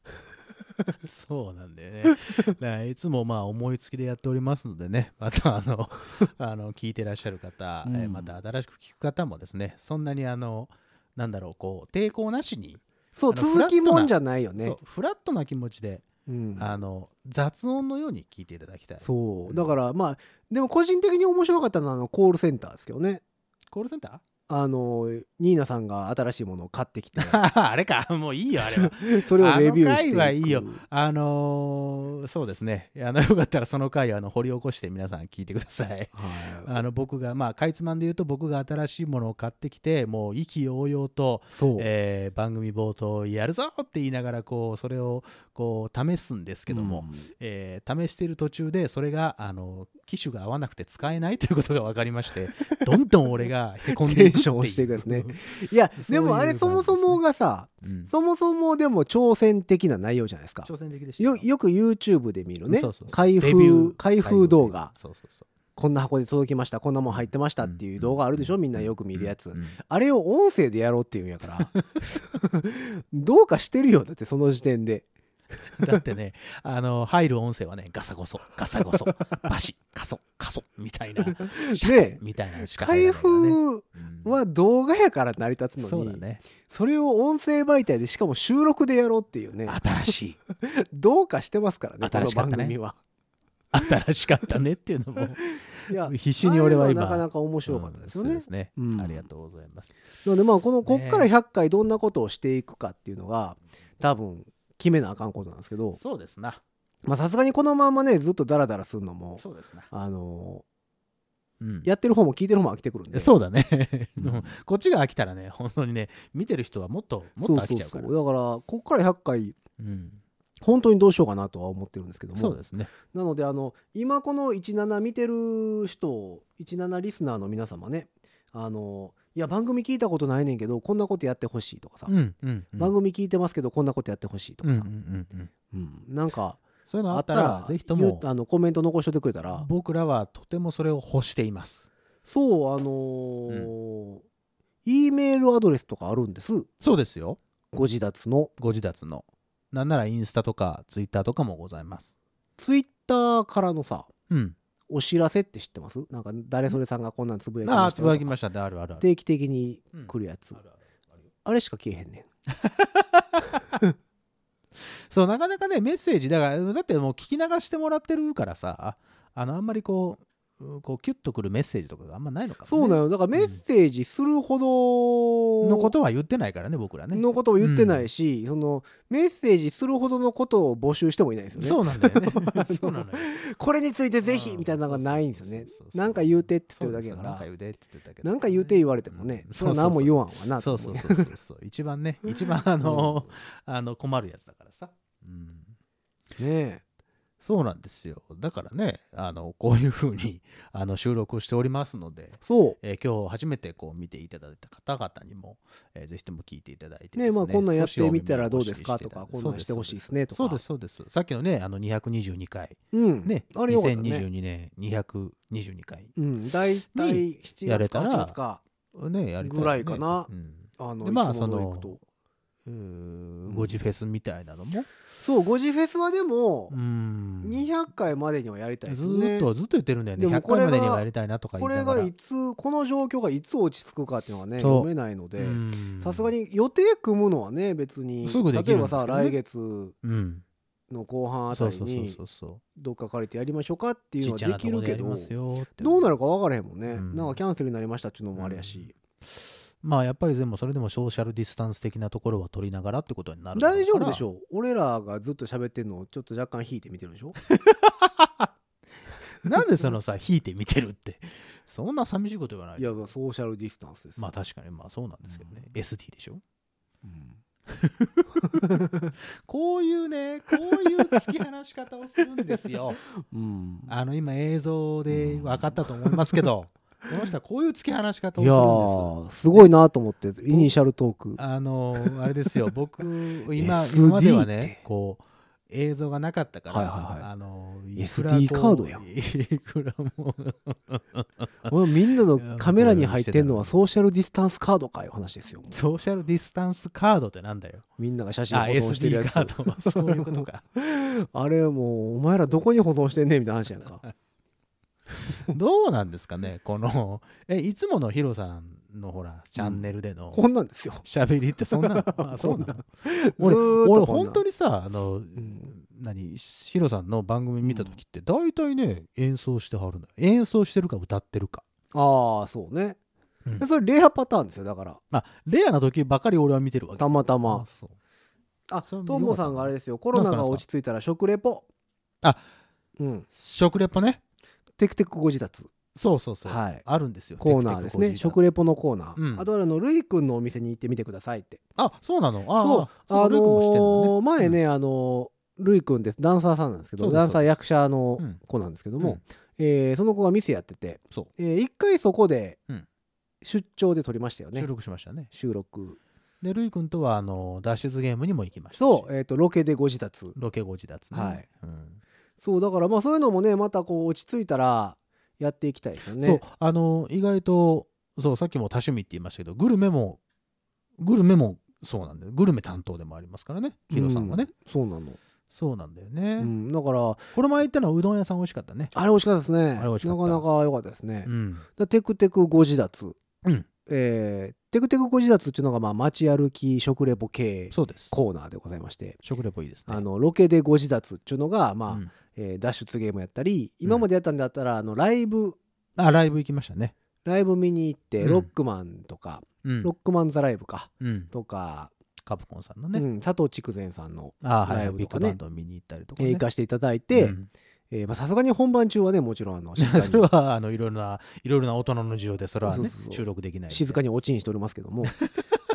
C: そうなんだよね。 だからいつもまあ思いつきでやっておりますのでね、 またあの、あの聞いてらっしゃる方、
B: うん
C: えーまた新しく聞く方もですね、そんなにあの、なんだろう、こう、抵抗なしに、
B: そう
C: あの
B: 続きもんじゃないよね
C: そうフラットな気持ちで、
B: うん
C: あの、雑音のように聞いていただきたい。
B: そう
C: うん
B: だからまあでも個人的に面白かったのはあのコールセンターですけどね
C: コールセンタ
B: あのニーナさんが新しいものを買ってきて
C: ー あれか、もういいよ、あれは。
B: それをレビューしてい
C: あの回
B: く
C: はいいよあのーそうですね。あの、 よかったらその回をあの掘り起こして皆さん聞いてください。
B: はい
C: あの僕がまあかいつまんで言うと僕が新しいものを買ってきてもう意気揚々と、
B: そう、
C: えー番組冒頭やるぞって言いながらこうそれをこう試すんですけども、
B: うん
C: えー試している途中でそれがあの機種が合わなくて使えないということが分かりましてどんどん俺がへこんでい
B: テ
C: くっていう
B: ンションをしていくやつね、いや
C: そうい
B: で
C: う
B: もあれそもそもがさ
C: うん
B: そもそもでも挑戦的な内容じゃないですか
C: 挑戦的でした
B: よよく YouTube で見るね
C: そうそうそう
B: 開
C: レビュ
B: 封
C: ー
B: 開封動画
C: そうそうそう
B: こんな箱で届きましたこんなもん入ってましたっていう動画あるでしょみんなよく見るやつ
C: うん
B: あれを音声でやろうっていうんやから どうかしてるよだってその時点で
C: だってね、あの、入る音声はね、ガサゴソ、ガ サゴソ、バシ、カソ、カソ、みたいな、シャ
B: ね
C: コみたいなのしか入
B: 開
C: らないからね、
B: 封
C: うん
B: は動画やから成り立つ
C: そ
B: の
C: う
B: に
C: だね、
B: それを音声媒体でしかも収録でやろうっていうね
C: 新しい、
B: どうかしてますからねこ
C: 新
B: の
C: しかっ
B: 番
C: たね
B: 組は
C: 新しかったねっていうの
B: いや
C: も、必死に俺は
B: ああ
C: 今、
B: いうのなかなか面白かったですよ
C: うんそう
B: ね
C: ですね、
B: うん
C: ありがとうございます。
B: なのでまあこのこっから
C: ね
B: 100回どんなことをしていくかっていうのが多分決めなあかんことなんですけど
C: そうですな、
B: まあさすがにこのまんまねずっとダラダラするのも
C: そうですな。
B: あの
C: うん
B: ーやってる方も聞いてる方も飽きてくるんで
C: そうだね、
B: うん
C: こっちが飽きたらね、本当にね、見てる人はもっともっと飽きちゃうから。
B: そそそだからこっから100回
C: うん
B: 本当にどうしようかなとは思ってるんですけど
C: そう
B: も
C: ですね。
B: なのであの今この17見てる人17リスナーの皆様ねあのいや番組聞いたことないねんけどこんなことやってほしいとかさ、
C: うんうんうん
B: 番組聞いてますけどこんなことやってほしいと
C: うん
B: か
C: うん
B: さ
C: う、んうん
B: うんなんか
C: そういうの
B: あ
C: あ
B: っ
C: ったた
B: ら
C: ら、ぜひとも
B: 言うあのコメント残しといてくれたら
C: 僕らはとてもそれを欲しています。
B: そうあのー E メールアドレスとかあるんです
C: そうですよ。
B: ご自立の
C: ご自立の。なんならインスタとかツイッターとかもございます。
B: ツイッターからのさ
C: うん。
B: お知らせって知ってますなんか誰それさんがこんなんつぶやき
C: あ
B: ま
C: あ、
B: した
C: つ
B: よ
C: ぶ
B: と
C: や
B: か
C: きましたね。あるあるある。
B: 定期的に来るやつ、
C: うんあるあるあるよ
B: あれしか消えへんねん
C: そう、なかなかね、メッセージ、だから、だってもう聞き流してもらってるからさ、あの、あんまりこう、うこうキュッとくるメッセージとかがあんまないのかも、
B: そ
C: ね。
B: うな
C: よ。
B: のだからメッセージするほど
C: のことは言ってないからね、僕らね。
B: のことを言ってないし、そのメッセージするほどのことを募集してもいないんですよね。
C: そうなんだよね そうなのよ。
B: これについてぜひ
C: うん
B: みたいなのがないんですよね
C: そうそうそうそう
B: なんか言うてって言ってるだけやか
C: そ
B: ら
C: うですよなんか言うてって言ってたけど、
B: なんか言うて言われてもね、
C: うん
B: それは何も言わんわなと
C: そ
B: 思
C: うそうそうそう そう一番ね一番あの、あの困るやつだからさ、うん、
B: ねえ
C: そうなんですよだからねあのこういうふうにあの収録をしておりますので、
B: そ
C: えー今日初めてこう見ていただいた方々にも、えーぜひとも聞いていただいて
B: ねまあこんなんやってみたらどうですかとかこんなんしてほしいですねとか
C: そうですそうですさっきのねあの222回
B: う。うん。
C: ね
B: あれよかったね。
C: 2022年222回
B: うん。大体7
C: やれ
B: 月
C: た
B: から8月か。
C: ねやりたい、ね、
B: ぐらいかな
C: うん
B: あの、
C: でまあ
B: いつもの行くと
C: うんゴジフェスみたいなのも
B: そう、ゴジフェスはでも
C: う、ん
B: 200回までにはやりたいで
C: ず
B: すね。
C: ーっとずっと言ってるんだよね
B: でも
C: 100
B: こ
C: 回
B: れ
C: ま
B: が
C: でにはやりたいなとか言
B: こ
C: いな
B: れ
C: がら
B: がいつ、この状況がいつ落ち着くかっていうのがね、
C: そう
B: 読めないので。
C: うん
B: さすがに予定組むのはね別に
C: すぐでき
B: 例え
C: るんで
B: ば
C: すけ
B: さ
C: どね
B: 来月
C: うん
B: の後半あ
C: そ
B: たり
C: うそうそう
B: に
C: そうそ
B: どっか借りてやりましょうかって
C: う
B: いう
C: ち
B: の
C: っ
B: は
C: ち
B: で
C: ゃなと
B: きる
C: こで
B: け
C: やり
B: ど
C: ますよって
B: どうなるか分からへんもんね、
C: うん
B: なんかキャンセルになりましたっちゅうのもあれやし、
C: まあやっぱりでもそれでもソーシャルディスタンス的なところは取りながらってことになるだろう
B: 大丈夫でし
C: ょ
B: ょう俺らがずっと喋ってんのをちょっと若干引いて見てるでしょ
C: なんでそのさ引いて見てるってそんな寂しいことがない
B: いやソーシャルディスタンスです、
C: まあ確かにまあそうなんですけどね、SD でしょ
B: うん
C: こういうねこういう突き放し方をするんですよ
B: うん
C: あの今映像で分かったと思います けど、この人はこういう突き放し方
B: い
C: をする
B: や
C: んです
B: ーすごいなと思ってイニシャルトーク
C: あのあれ ですよ僕今
B: SD
C: 今までは
B: って
C: ねこう映像がなかったから、
B: はいはいはい
C: あの
B: SD カードやん
C: んいくらも
B: 俺みんなのカメラに入ってんのはソーシャルディスタンスカードかいう話ですよ
C: ソーシャルディスタンスカードってなんだよ
B: みんなが写真保
C: あ
B: 存してる
C: SD
B: やつ
C: カード はそういうこ とか
B: あれもうお前らどこに保存してんねんみたいな話やんか
C: どうなんですかねこのえいつものヒロさんのほらチャンネルでの
B: こんなんですよ
C: 喋りってそんなの あそうなの
B: ずーっと
C: 俺
B: こんなん
C: 本当にさあの、
B: ん
C: 何ヒロさんの番組見た時って大体ね演奏してはるのよ演奏してるか歌ってるか
B: ああそうね、
C: うん
B: でそれレアパターンですよだから
C: まあレアな時ばかり俺は見てるわけ
B: たまたま
C: そう
B: あ
C: そ
B: ト
C: れも
B: ンボさんがあれですよコ
C: か
B: ロナが落ち着いたら食レポ
C: あ
B: うん
C: 食レポね
B: テクテクご自立
C: そうそうそう、
B: はい
C: あるんですよ
B: コーナーですね
C: テクテク
B: 食レポのコーナー、
C: うん
B: あとあのるいくんのお店に行ってみてくださいって
C: あそうなのあ
B: そうあ
C: ルイ君もして
B: の
C: ん
B: ー
C: のね
B: 前ねあのーるいくんですダンサーさんなんですけ
C: そ
B: ど
C: うです
B: ダンサー役者の
C: うん
B: 子なんですけど
C: う
B: も
C: ん、
B: えーその子が店やってて
C: そ
B: えー一回そこで
C: うん
B: 出張で撮りましたよ
C: う、
B: ね、
C: 収録しましたね
B: 収録
C: でルイ君とはあの脱出ゲームにも行きましたし
B: そう、えー、とロケでご自立
C: ロケご自立ね、
B: はい
C: うん
B: そうだからまあそういうのもねまたこう落ち着いたらやっていきたいですよね
C: そうあの意外とそうさっきも多趣味って言いましたけどグルメもグルメもそうなんだよグルメ担当でもありますからねヒロさんはね、
B: うそうなの、
C: そうなんだよね、
B: うん、だから
C: この前行ったのはうどん屋さん美味しかったね
B: あれ美味しかったですね
C: あれ美味しかった
B: なかなか良かったですね、
C: うん
B: でテクテクご自立、
C: うん
B: えーテクテクご自立っていうのがまあ街歩き食レポ系
C: そうです
B: コーナーでございまして
C: 食レポいいですね
B: あのロケでご自立っていうのが、まあ
C: うん
B: えー脱出ゲームやったり今までやったんだったら、あのライブ
C: あライブ行きましたね
B: ライブ見に行って、
C: うん
B: ロックマンとか、
C: うん
B: ロックマン・ザ・ライブか
C: うん
B: とか、
C: カプコンさんのね、
B: うん、佐藤筑前さんの
C: あーはいはい、
B: ライブ
C: ビ
B: と
C: ッグ
B: かね
C: バンドを見に行ったりとか、
B: えー
C: ね、
B: 行かしていただいて
C: うん
B: えーまあさすがに本番中はねもちろんあの静か
C: それ
B: に
C: はあのいろいろないろいろな大人の事情でそれは
B: そう
C: ね
B: そうそう
C: 収録できないんで
B: 静かに落ちにしておりますけど も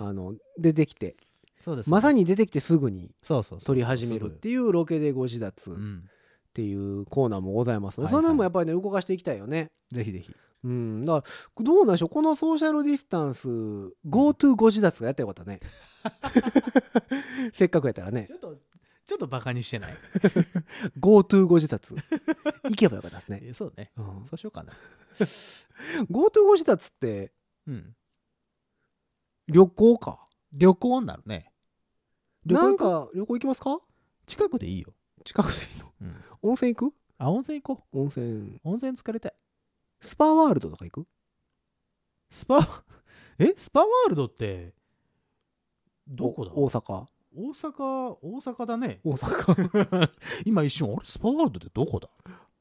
B: あの出てきて
C: そうです
B: まさ
C: に
B: に出てきてすぐに
C: そうそうそう
B: 撮り始めるっていうロケでご自立
C: う
B: っ
C: ん、
B: ていうコーナーもございますの
C: は
B: で
C: いはい
B: それもやっぱりね動かしていきたいよね。
C: ぜひぜひ
B: うん、だからどうなんでしょうこのソーシャルディスタンス GoTo ご自立がやったらよかった ねせっかくやったらね
C: ょっとちょっとバカにしてない
B: GoTo ご自立行けばよかったですね、
C: え そうね
B: うん GoTo
C: そうしようかな
B: ご自立って
C: うん
B: 旅行か
C: 旅行になるね旅行
B: なんか旅行行きますか
C: 近くでいいよ、
B: 近くでいいの
C: うん、
B: 温泉行く
C: あ温泉行こ
B: 温泉
C: う温泉疲れたい
B: スパワールドとか行く
C: スパ えスパワールドってどこだ
B: お大阪
C: 大阪大阪だね
B: 大阪、
C: 今一瞬あれスパワールドってどこだ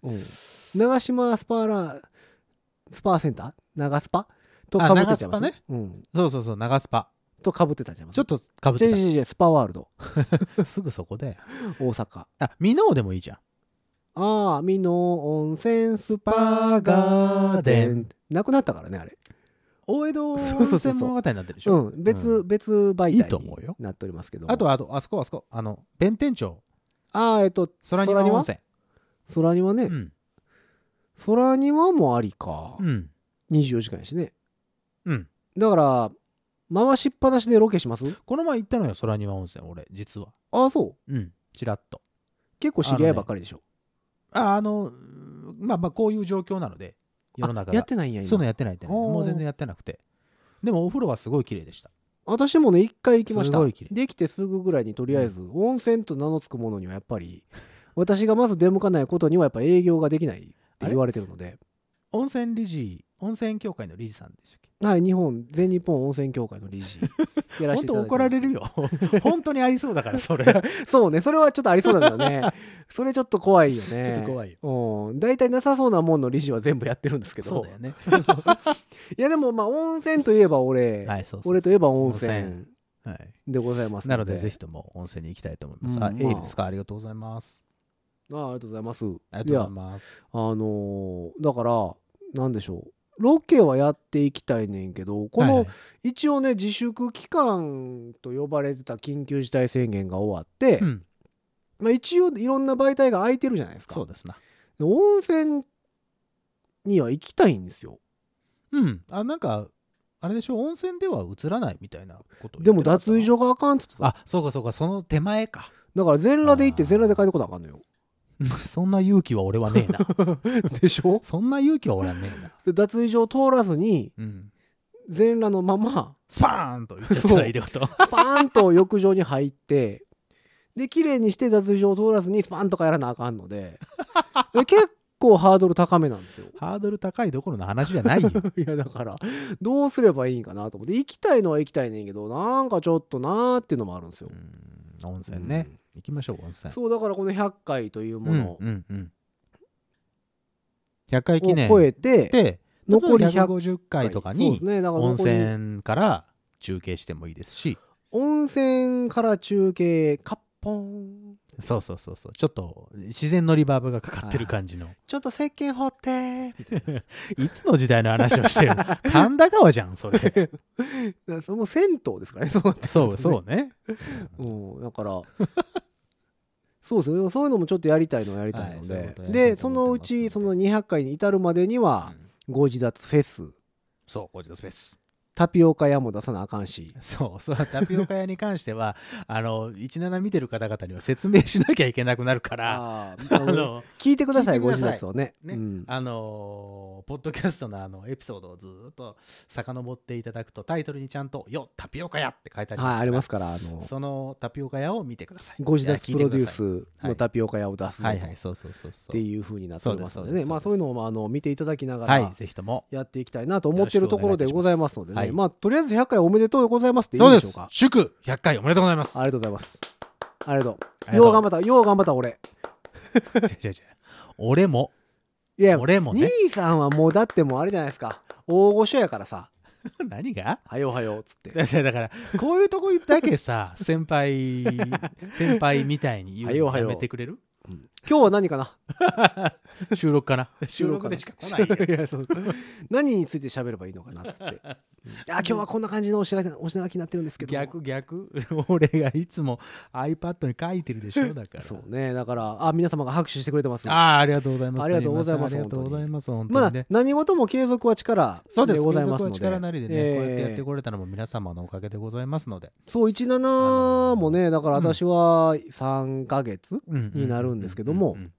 B: うん、長島スパーラスパーセンター長スパと
C: あ
B: かぶってちゃい
C: 長ス
B: ま
C: パ
B: す
C: ね
B: うん、
C: そうそうそう長スパ
B: とかぶってたんちゃいます
C: ちょっとかぶっ
B: じゃ
C: て
B: じゃじゃじゃスパワールド
C: たすぐそこで
B: 大阪
C: あミノーでもいいじゃん
B: ああ美濃温泉スパーガーデンなくなったからねあれ
C: 大江戸温
B: そうそうそう
C: 泉物語になってるでしょ
B: うん別、別
C: いい
B: 媒
C: と
B: 体
C: 思うよ
B: になっておりますけども
C: あとはあとあそこあそこあの弁天町
B: ああえっと
C: 空庭温泉
B: 空庭ね、
C: うん
B: 空庭もありか、
C: うん
B: 24時間やしね
C: うん
B: だから回しっぱなしでロケします
C: この前行ったのよ空庭温泉俺実は
B: ああそう
C: うんちらっと
B: 結構知り合いばっかりでしょ
C: ああのうんまあまあこういう状況なので世の中
B: あやっ
C: が
B: てないんや今
C: そういうのやってないやってない
B: おー
C: もう全然やってなくてでもお風呂はすごい綺麗でした
B: 私もね一回行きました
C: すごい綺麗
B: できてすぐぐらいにとりあえず温泉と名の付くものにはやっぱり私がまず出向かないことにはやっぱ営業ができないって言われてるので
C: 温泉理事温泉協会の理事さんでしたっけ
B: はい日本全日本温泉協会の理 事やらせ
C: 本
B: ていただい
C: 当
B: てます
C: 怒られるよ 本当にありそうだからそれ
B: そうねそれはちょっとありそうなんだよね それちょっと怖いよね
C: ちょっと怖いよ
B: うん大体なさそうなもんの理事は全部やってるんですけど
C: そうだよね
B: いやでもまあ温泉といえば俺、
C: はいそうそう
B: 俺といえば温
C: 温
B: 泉
C: はい
B: でございます
C: な
B: の
C: の
B: で
C: でぜひとも温泉に行きたいと思います
B: うん
C: あエ
B: まあ
C: ールですかありがとうございます
B: ああありがとうございます
C: ありがとうございます
B: あのーだからなんでしょうロケはやっていきたいねんけどこの、
C: はいはい
B: 一応ね自粛期間と呼ばれてた緊急事態宣言が終わって、
C: うん
B: まあ、一応いろんな媒体が空いてるじゃないですか
C: そうですな
B: で温泉には行きたいんですよ
C: うんあなんかあれでしょ温泉では映らないみたいなことを言って
B: でも
C: なかった
B: 脱衣所があかんっつってた
C: あそうかそうかその手前か
B: だから全裸で行って
C: あー
B: 全裸で帰ってこなあかんのよ
C: そんな勇気は俺はねえな
B: でしょ
C: そんな勇気は俺はねえな
B: で脱衣所を通らずに
C: うん
B: 全裸のまま
C: スパーンと言っちゃったらいいってこと
B: パーンと浴場に入ってで綺麗にして脱衣所を通らずにスパンとかやらなあかんのでで結構ハードル高めなんですよ
C: ハードル高いどころの話じゃ ないよ
B: いやだからどうすればいいんかなと思って行きたいのは行きたいねんけどなんかちょっとなーっていうのもあるんですよ
C: う、ん温泉ね行きましょう温泉
B: そうだからこの100回というものを
C: うんうんうん100回記念
B: 超えて
C: で
B: 残り100
C: 150回とか
B: そうで
C: に
B: すねだから
C: 温
B: 残り
C: 泉から中継してもいいですし
B: 温泉から中継カッポン
C: そうそうそうそうちょっと自然のリバーブがかかってる感じの
B: ちょっと石鹸放 って
C: いつの時代の話をし てるの神田川じゃんそれ
B: だからもう銭湯ですからねそうなってくるとね
C: そうそうね
B: うん、だから そうですねそういうのもちょっとやりたいのはやりたいの
C: はいそういう
B: で
C: こ、とやりたい
B: で
C: と
B: そ
C: 思
B: の
C: っ
B: う
C: てますの
B: ち
C: で
B: その200回に至るまでには
C: う
B: 「
C: ん
B: ご自立フェス」
C: そうこちらスペース
B: 「タピオカ屋も出さなあかんし
C: そうそうタピオカ屋に関してはあの17見てる方々には説明しなきゃいけなくなる」から
B: あー
C: あの
B: 聞いてください「
C: 聞いて
B: ご自
C: ください
B: 立」をね
C: ね
B: うん
C: あのーポッドキャストのあのエピソードをずーっと遡っていただくとタイトルにちゃんと「よタピオカ屋」って書いてありますから、
B: はいありますからあの
C: そのタピオカ屋を見てください
B: ご自立
C: いや
B: プ
C: 聞
B: ロ
C: いて
B: デュ
C: くださ
B: ース
C: いは
B: の
C: い
B: タピオカ屋を出すの
C: は
B: と
C: いは
B: っ
C: いそうそうそうそう
B: ていうふうになっておりますのでね
C: そうですそうです
B: まあそういうのもあの見ていただきなが
C: はい
B: ら
C: ぜひとも
B: やっていきたいなと思ってるところでございますので
C: は
B: ね
C: い
B: まあとりあえず100回おめでとうございますっていいん
C: そう
B: で
C: で
B: しょう
C: す
B: か
C: 祝100回おめでとうございます
B: ありがとうございますありがとう
C: ありが
B: よう
C: と
B: 頑張ったよう頑張った俺
C: う違う違う違う俺も
B: いや
C: 俺もね
B: 兄さんはもうだってもうあれじゃないですか大御所やからさ
C: 何が
B: 「はよはよ」っつって
C: だからだからこういうとこだけ さ先輩先輩みたいに言う
B: はよ
C: の
B: は
C: や
B: よ
C: めてくれる
B: 「今日は何かな?
C: 収録かな」収
B: 収録か
C: 録
B: な
C: でしか来ないよ
B: やそう何について喋ればいいのかなっつ ってうん「あ今日はこんな感じのお品お品書きになってるんですけど」
C: 逆逆 俺がいつも iPad に書いてるでしょだから
B: そうねだからあ皆様が拍手してくれてます
C: ああありがとうございます
B: ありがとうございます
C: ありがとうございます本
B: ま
C: 当
B: あ
C: にね
B: 何事も継続は力
C: そうで
B: ですございますの
C: 継
B: で
C: 続は力なりでね、
B: えー
C: こうやってやってこれたのも皆様のおかげでございますので、
B: そう17もねだから私は3ヶ月、になるんですけども
C: うんうん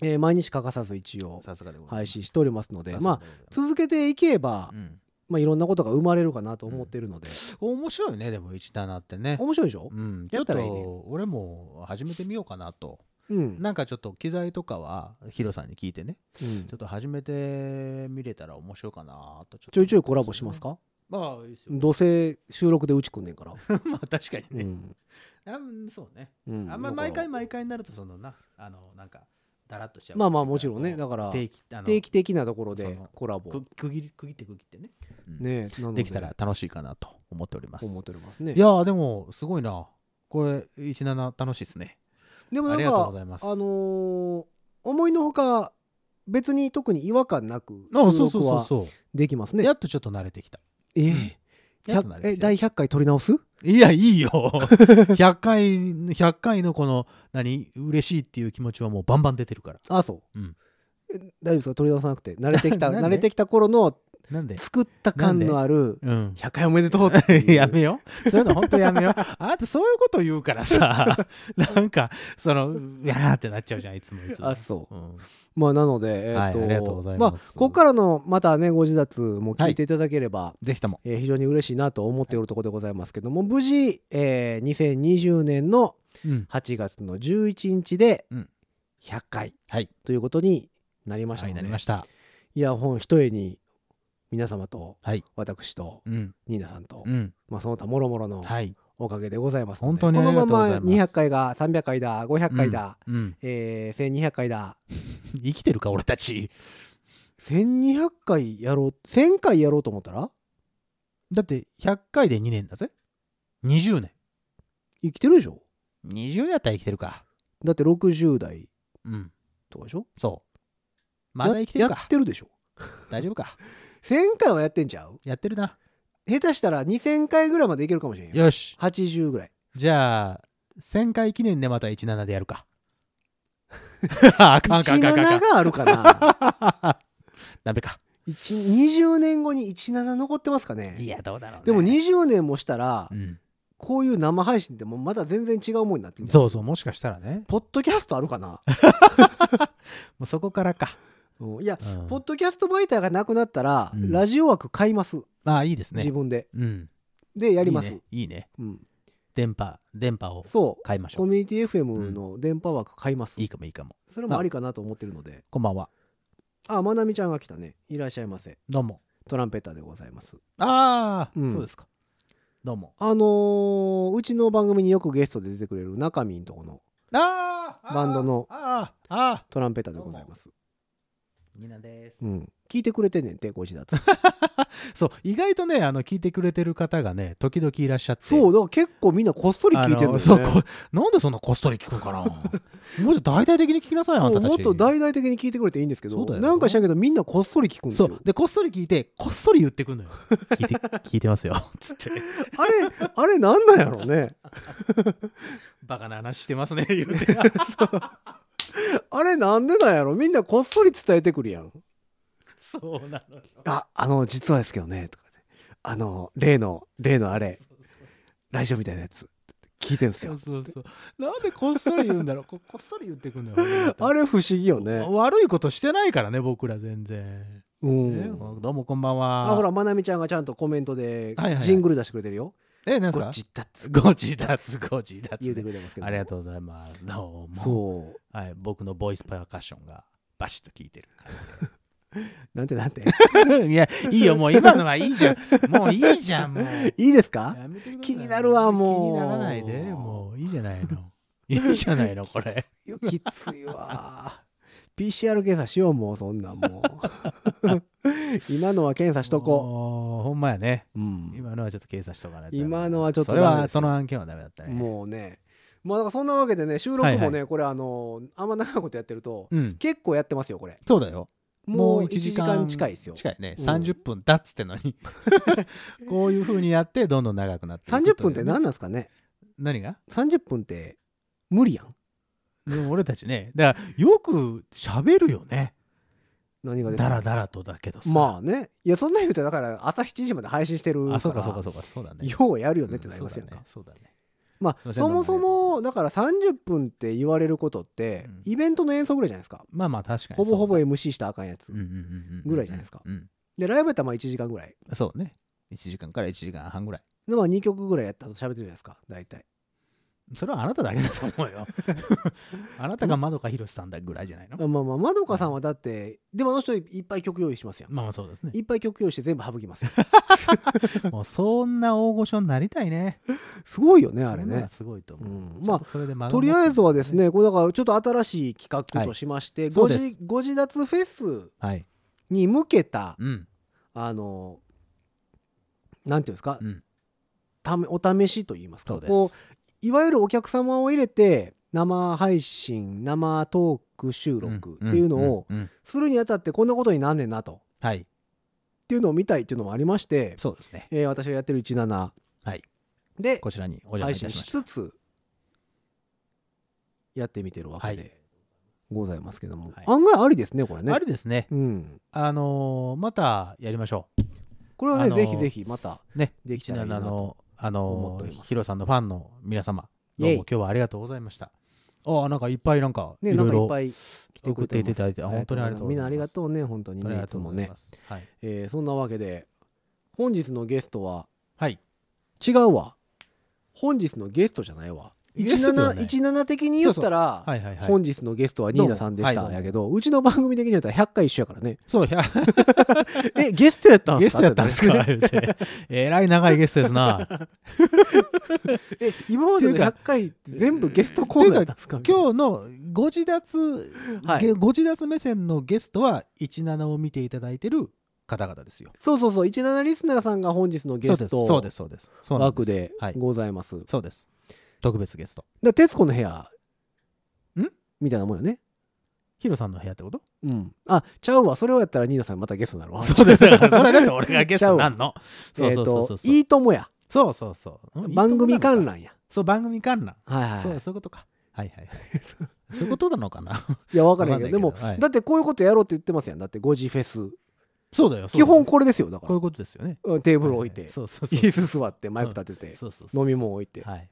B: えー毎日欠かさず一応
C: さすがでございま
B: 配
C: す
B: 信しておりますので
C: さす
B: ま
C: が
B: あ
C: でございます
B: 続けていけば、
C: うん
B: まあ、いろんなことが生まれるかなと思ってるので、
C: 面白いねでも17ってね
B: 面白いでしょ、
C: うん、ち
B: や
C: ょ
B: っ
C: ったと
B: らいいね
C: 俺も始めてみようかなと
B: うんうん
C: なんかちょっと機材とかはヒロさんに聞いてねちょっと始めてみれたら面白いかなとちょっと
B: ちょいちょいコラボしますか
C: まあいいですよ
B: どうせ収録で打ち組んでん から、
C: まあ確かに
B: う
C: ね、
B: ん
C: うん、そうね
B: うん
C: あんま毎回
B: だか
C: 毎回になるとそのなあのなんかだらっとしちゃ
B: ら
C: う
B: まあまあもちろんねだから
C: 定期あの
B: 定期的なところ
C: そ
B: で
C: の
B: コラボ
C: く区切り区切って区切ってね、うん
B: ねなの
C: できたら楽しいかなと思っております
B: 思っておりますね
C: いやーでもすごいなこれ17楽しいですね
B: でも
C: あ
B: なん
C: り
B: か
C: がとうございます
B: あのー思いのほか別に特に違和感なく
C: あそう
B: 収
C: そう
B: 録
C: そう
B: は
C: そ
B: できます
C: う
B: ね
C: やっとちょっと慣れてきた
B: ええ
C: やっとなりま
B: え
C: した
B: 第
C: よ
B: 100回取り直す
C: いやいいよ 100回100回のこの何嬉しいっていう気持ちはもうバンバン出てるから
B: あそう、
C: うん
B: え大丈夫ですか取り直さなくて慣れてきた
C: なんで
B: 慣れてきた頃の
C: な んで
B: 作った感のある
C: うん
B: 100回おめでとうっていう
C: やめようそういうの本当やめよう あなたそういうこと言うから さなんかそのうわーってなっちゃうじゃんいつもいつも
B: あそ
C: うん
B: まあなので、えーと
C: はいありがとうございます
B: あ、ここからのまたねご自立も聞いていただければ、
C: ぜひとも
B: えー非常に嬉しいなと思っているところでございますけども無事、えー2020年の
C: うん
B: 8月の11日で
C: うん
B: 100回
C: はい
B: ということになりました
C: はい
B: の
C: な
B: で、
C: りました
B: いやほんひとえに皆様と
C: はい
B: 私と
C: うん
B: ニーナさんと、
C: うん
B: まあ、その他もろもろの
C: はい
B: おかげでございますので
C: 本当にありがとうございます
B: このまま200回が300回だ500回だ、
C: うん
B: えー1200回だ
C: 生きてるか俺たち
B: 1200回やろう1000回やろうと思ったら
C: だって100回で2年だぜ20年
B: 生きてるでしょ
C: 20やったら生きてるか
B: だって60代
C: うん
B: とかでしょ
C: そうまだ生きてる
B: や
C: か
B: やってるでしょ
C: 大丈夫か
B: 1000回はやってんちゃう
C: やってるな
B: 下手したら2000回ぐらいまでいけるかもしれんよ
C: よし
B: 80ぐらい
C: じゃあ1000回記念でまた17でやる かあかんあかんあかん
B: 17
C: あかんあ
B: があるかな
C: かんダメか
B: 一20年後に17残ってますか
C: い
B: ね
C: やどうだろう、ね、
B: でも20年もしたら
C: うん、
B: こういう生配信ってもうまだ全然違うもんになってんじゃん
C: そうそうもしかしたらね
B: ポッドキャストあるかな、
C: もうそこからか、
B: うんいや
C: うん
B: ポッドキャスト媒体がなくなったら、
C: うん
B: ラジオ枠買います、
C: ああいいですね
B: 自分で
C: うん
B: でやります
C: いいねいいね
B: うん、
C: 電波電波を
B: そう
C: 買いましょ
B: コ
C: う
B: ミュニティ FM の電波枠買います、
C: いいかもいいかも
B: それもありかなと思ってるので
C: こんばんは
B: あまなみちゃんが来たねいらっしゃいませ
C: どうも
B: トランペッターでございます
C: ああ、
B: うん
C: そうですかどうも
B: あのーうちの番組によくゲストで出てくれる中身んとこの
C: あーあー
B: バンドの
C: あーあ
B: トランペッターでございます
C: ーニナです
B: うん聞いてくれてんねんてご自だと
C: そう意外とねあの聞いてくれてる方がね時々いらっしゃって
B: そうだから結構みんなこっそり聞いてるのよ、
C: あの
B: ね、
C: そうこなんでそんなこっそり聞くんか なもうちょっと大々的に聞きなさいよあん
B: そ
C: た
B: う
C: たち
B: もっと大々的に聞いてくれていいんですけ
C: そうだ
B: ど
C: よ
B: なんか知らんけどみんなこっそり聞くんです
C: そ
B: よ
C: うでこっそり聞いてこっそり言ってくんのよ聞いて聞いてますよ つって
B: あれあれなんなんやろうね
C: バカな話してます ね言うて
B: あれなんでなんやろみんなこっそり伝えてくるやん
C: そうなのよ
B: ああの実はですけどねとかねあの例の例のあれラジオみたいなやつ聞いてんす
C: そ
B: よ
C: うそうそうなんでこっそり言うんだろうここっそり言ってくんのよ
B: あれ不思議よね
C: 悪いことしてないからね僕ら全然、
B: う
C: ね
B: ん
C: どうもこんばんは
B: あほらまなみちゃんがちゃんとコメントで
C: はいはいはい
B: ジングル出してくれてるよ
C: え
B: 「
C: なんす
B: ご
C: か
B: っちったっつ
C: ご自立ご自」
B: 言
C: 立
B: うて
C: ね
B: くれてますけど
C: ありがとうございますどうも
B: そう
C: はい、僕のボイスパーカッションがバシッと効いてる
B: なんてなんて
C: いやいいよもう今のはいいじゃんもういいじゃんもう
B: いいですか
C: やめてください
B: 気になるわもう
C: 気にならないでもういいじゃないのいいじゃない のこれ
B: よきついわ PCR 検査しようもうそんなんも う今のは検査しとこ
C: もうほんまやね
B: う、うん、
C: 今のはちょっと計算しとかないと
B: 今のはちょっと
C: それ
B: ダメ
C: は
B: ですよ
C: その案件はダメだったね
B: もうねまあだからそんなわけでね収録もね、
C: はい
B: これあのあんま長いことやってると、
C: う、ん、
B: 結構やってますよこれ
C: そうだよ
B: も
C: も
B: う
C: う
B: 1
C: 1
B: 時
C: 時
B: 間
C: 間
B: 近いですよ
C: 近いね
B: うん
C: 30分だっつっての にこういうふうにやってどんどん長くなっていく
B: 30
C: という
B: 分って何なんですかね
C: 何が
B: 30分って無理やん
C: でも俺たちねだからよく喋るよね
B: 何がです
C: だ
B: から
C: だらとだけどさ
B: まあねいやそんな言うとだから朝7時まで配信してるから
C: あそうかそうかそうかそうだね
B: ようやるよねってなりますよね,、
C: うんそうだね
B: ま
C: す
B: あ
C: いません
B: そもそ
C: どうも
B: も
C: ありが
B: だ
C: と
B: から30分って言われることって、
C: うん
B: イベントの演奏ぐらいじゃないですか
C: まあまあ確かに
B: ほぼほぼ
C: そう
B: MC したらあかんやつ、
C: だねうんうんうんうん
B: ぐらいじゃないですか
C: うん
B: でライブやったらまあ1時間ぐらい
C: そうね1時間から1時間半ぐらい
B: でまあ2曲ぐらいやったと喋ってるじゃないですか大体
C: それはあなただけだと思う よあなたが窓かひろしさんだぐらいじゃないの
B: あまあまあまどかさんはだってでもあの人いっぱい曲用意しますやん
C: まあまあそうですね
B: いっぱい曲用意して全部省きますよ
C: もうそんな大御所になりたいね
B: すごいよねあれ
C: そんなのは
B: ね
C: すごいと
B: う
C: 思うんちょ
B: ま
C: っ
B: あ
C: とそれで間が
B: と
C: 持つん
B: り
C: だ
B: あえずはですね、こうだからちょっと新しい企画としまして、
C: いそ
B: ご
C: うで
B: じ
C: す
B: ご自立フェス
C: はい
B: に向けた、
C: うん
B: あの、なんていうんですか、
C: うん
B: ためお試しといいます
C: そ
B: か
C: う、です
B: こういわゆるお客様を入れて、生配信、生トーク収録っていうのを
C: うんうんうんうん
B: するにあたってこんなことになんねんなと。
C: はい
B: っっていうのを見たいっていうのもありまして、
C: そうですね。
B: えー私がやってる17
C: はい。
B: で
C: こちらにお邪魔
B: 配
C: いた
B: 信
C: しま
B: し
C: した。
B: つつやってみてるわけ
C: は
B: でございますけども、
C: はい
B: 案外ありですねこれね
C: あれですね。
B: うん、
C: あのーまたやりましょ
B: これはね、
C: あのー
B: ぜひぜひまた
C: う。ね。
B: できたらいいな
C: 17
B: と
C: の、あ
B: 思っ
C: の
B: ており
C: ー
B: ます
C: ヒロさんのファンの皆様、どう
B: イエ
C: も
B: イ
C: 今日はありがとうございました。ああ、なんかいっぱいなんか、
B: ね
C: い
B: な
C: ろ
B: ん
C: い
B: かいっぱい
C: ろ
B: 来てく
C: 送
B: れ
C: っていただいて、あ本当にありがとうございます。
B: みんなありがとうね本当に
C: あり
B: ねい
C: が
B: つ
C: とうご
B: も
C: ざい
B: ね
C: ます。はい。
B: えーそんなわけで本日のゲストは
C: はい。
B: 違うわ本日のゲストじゃないわ
C: ゲストで
B: 17,
C: はない
B: 17的に言ったら
C: はいはいはい。
B: 本日のゲストはニーナさんでし
C: どう
B: た
C: もはいどうも
B: やけど、うちの番組的に言ったら100回一緒やからね
C: そう、ひゃ
B: えゲストやったん
C: ゲ
B: すか
C: ストやったんですか言うて。 えらい長いゲストですな。
B: え今までの
C: っていう
B: 100
C: か
B: 回って全部ゲストコーナーやったんですか
C: 今日のご自立、
B: はい
C: げご自立目線のゲストは17を見ていただいてる方々ですよ。
B: そうそうそう17リスナーさんが本日のゲスト
C: そうですそうですそうです。そうなん
B: 枠で
C: はい。
B: ございますだか
C: そうです。特別ゲスト。
B: ら『徹子の部屋』
C: ん
B: みたいなもんよね
C: ヒロさんの部屋ってこと
B: うんあちゃうわそれをやったらニーナさんまたゲストになるわ
C: そうです。だからそれだって俺がゲストなんの。
B: え
C: そう
B: ー
C: そうそうそ
B: と「
C: うそう。
B: いいともや
C: そうそうそう。うんいいとこなの
B: 番組
C: か
B: 観。覧や
C: そう番組観覧。
B: はいはい
C: そうそういうことか。はいはいはい。 そういうことなのかな。
B: いや分からへんけどで
C: わ
B: も
C: かんないけどはい
B: だってこういうことやろうって言ってますやんだって5時フェス
C: そうだよ。そう
B: 基
C: だよ
B: 本これですよだか
C: こう
B: ら
C: いうことですよね。
B: うんテーブル置いて
C: そうそうそう。
B: 椅子座ってマイク立てて
C: そうそうそう。
B: 飲み物置いて
C: はい。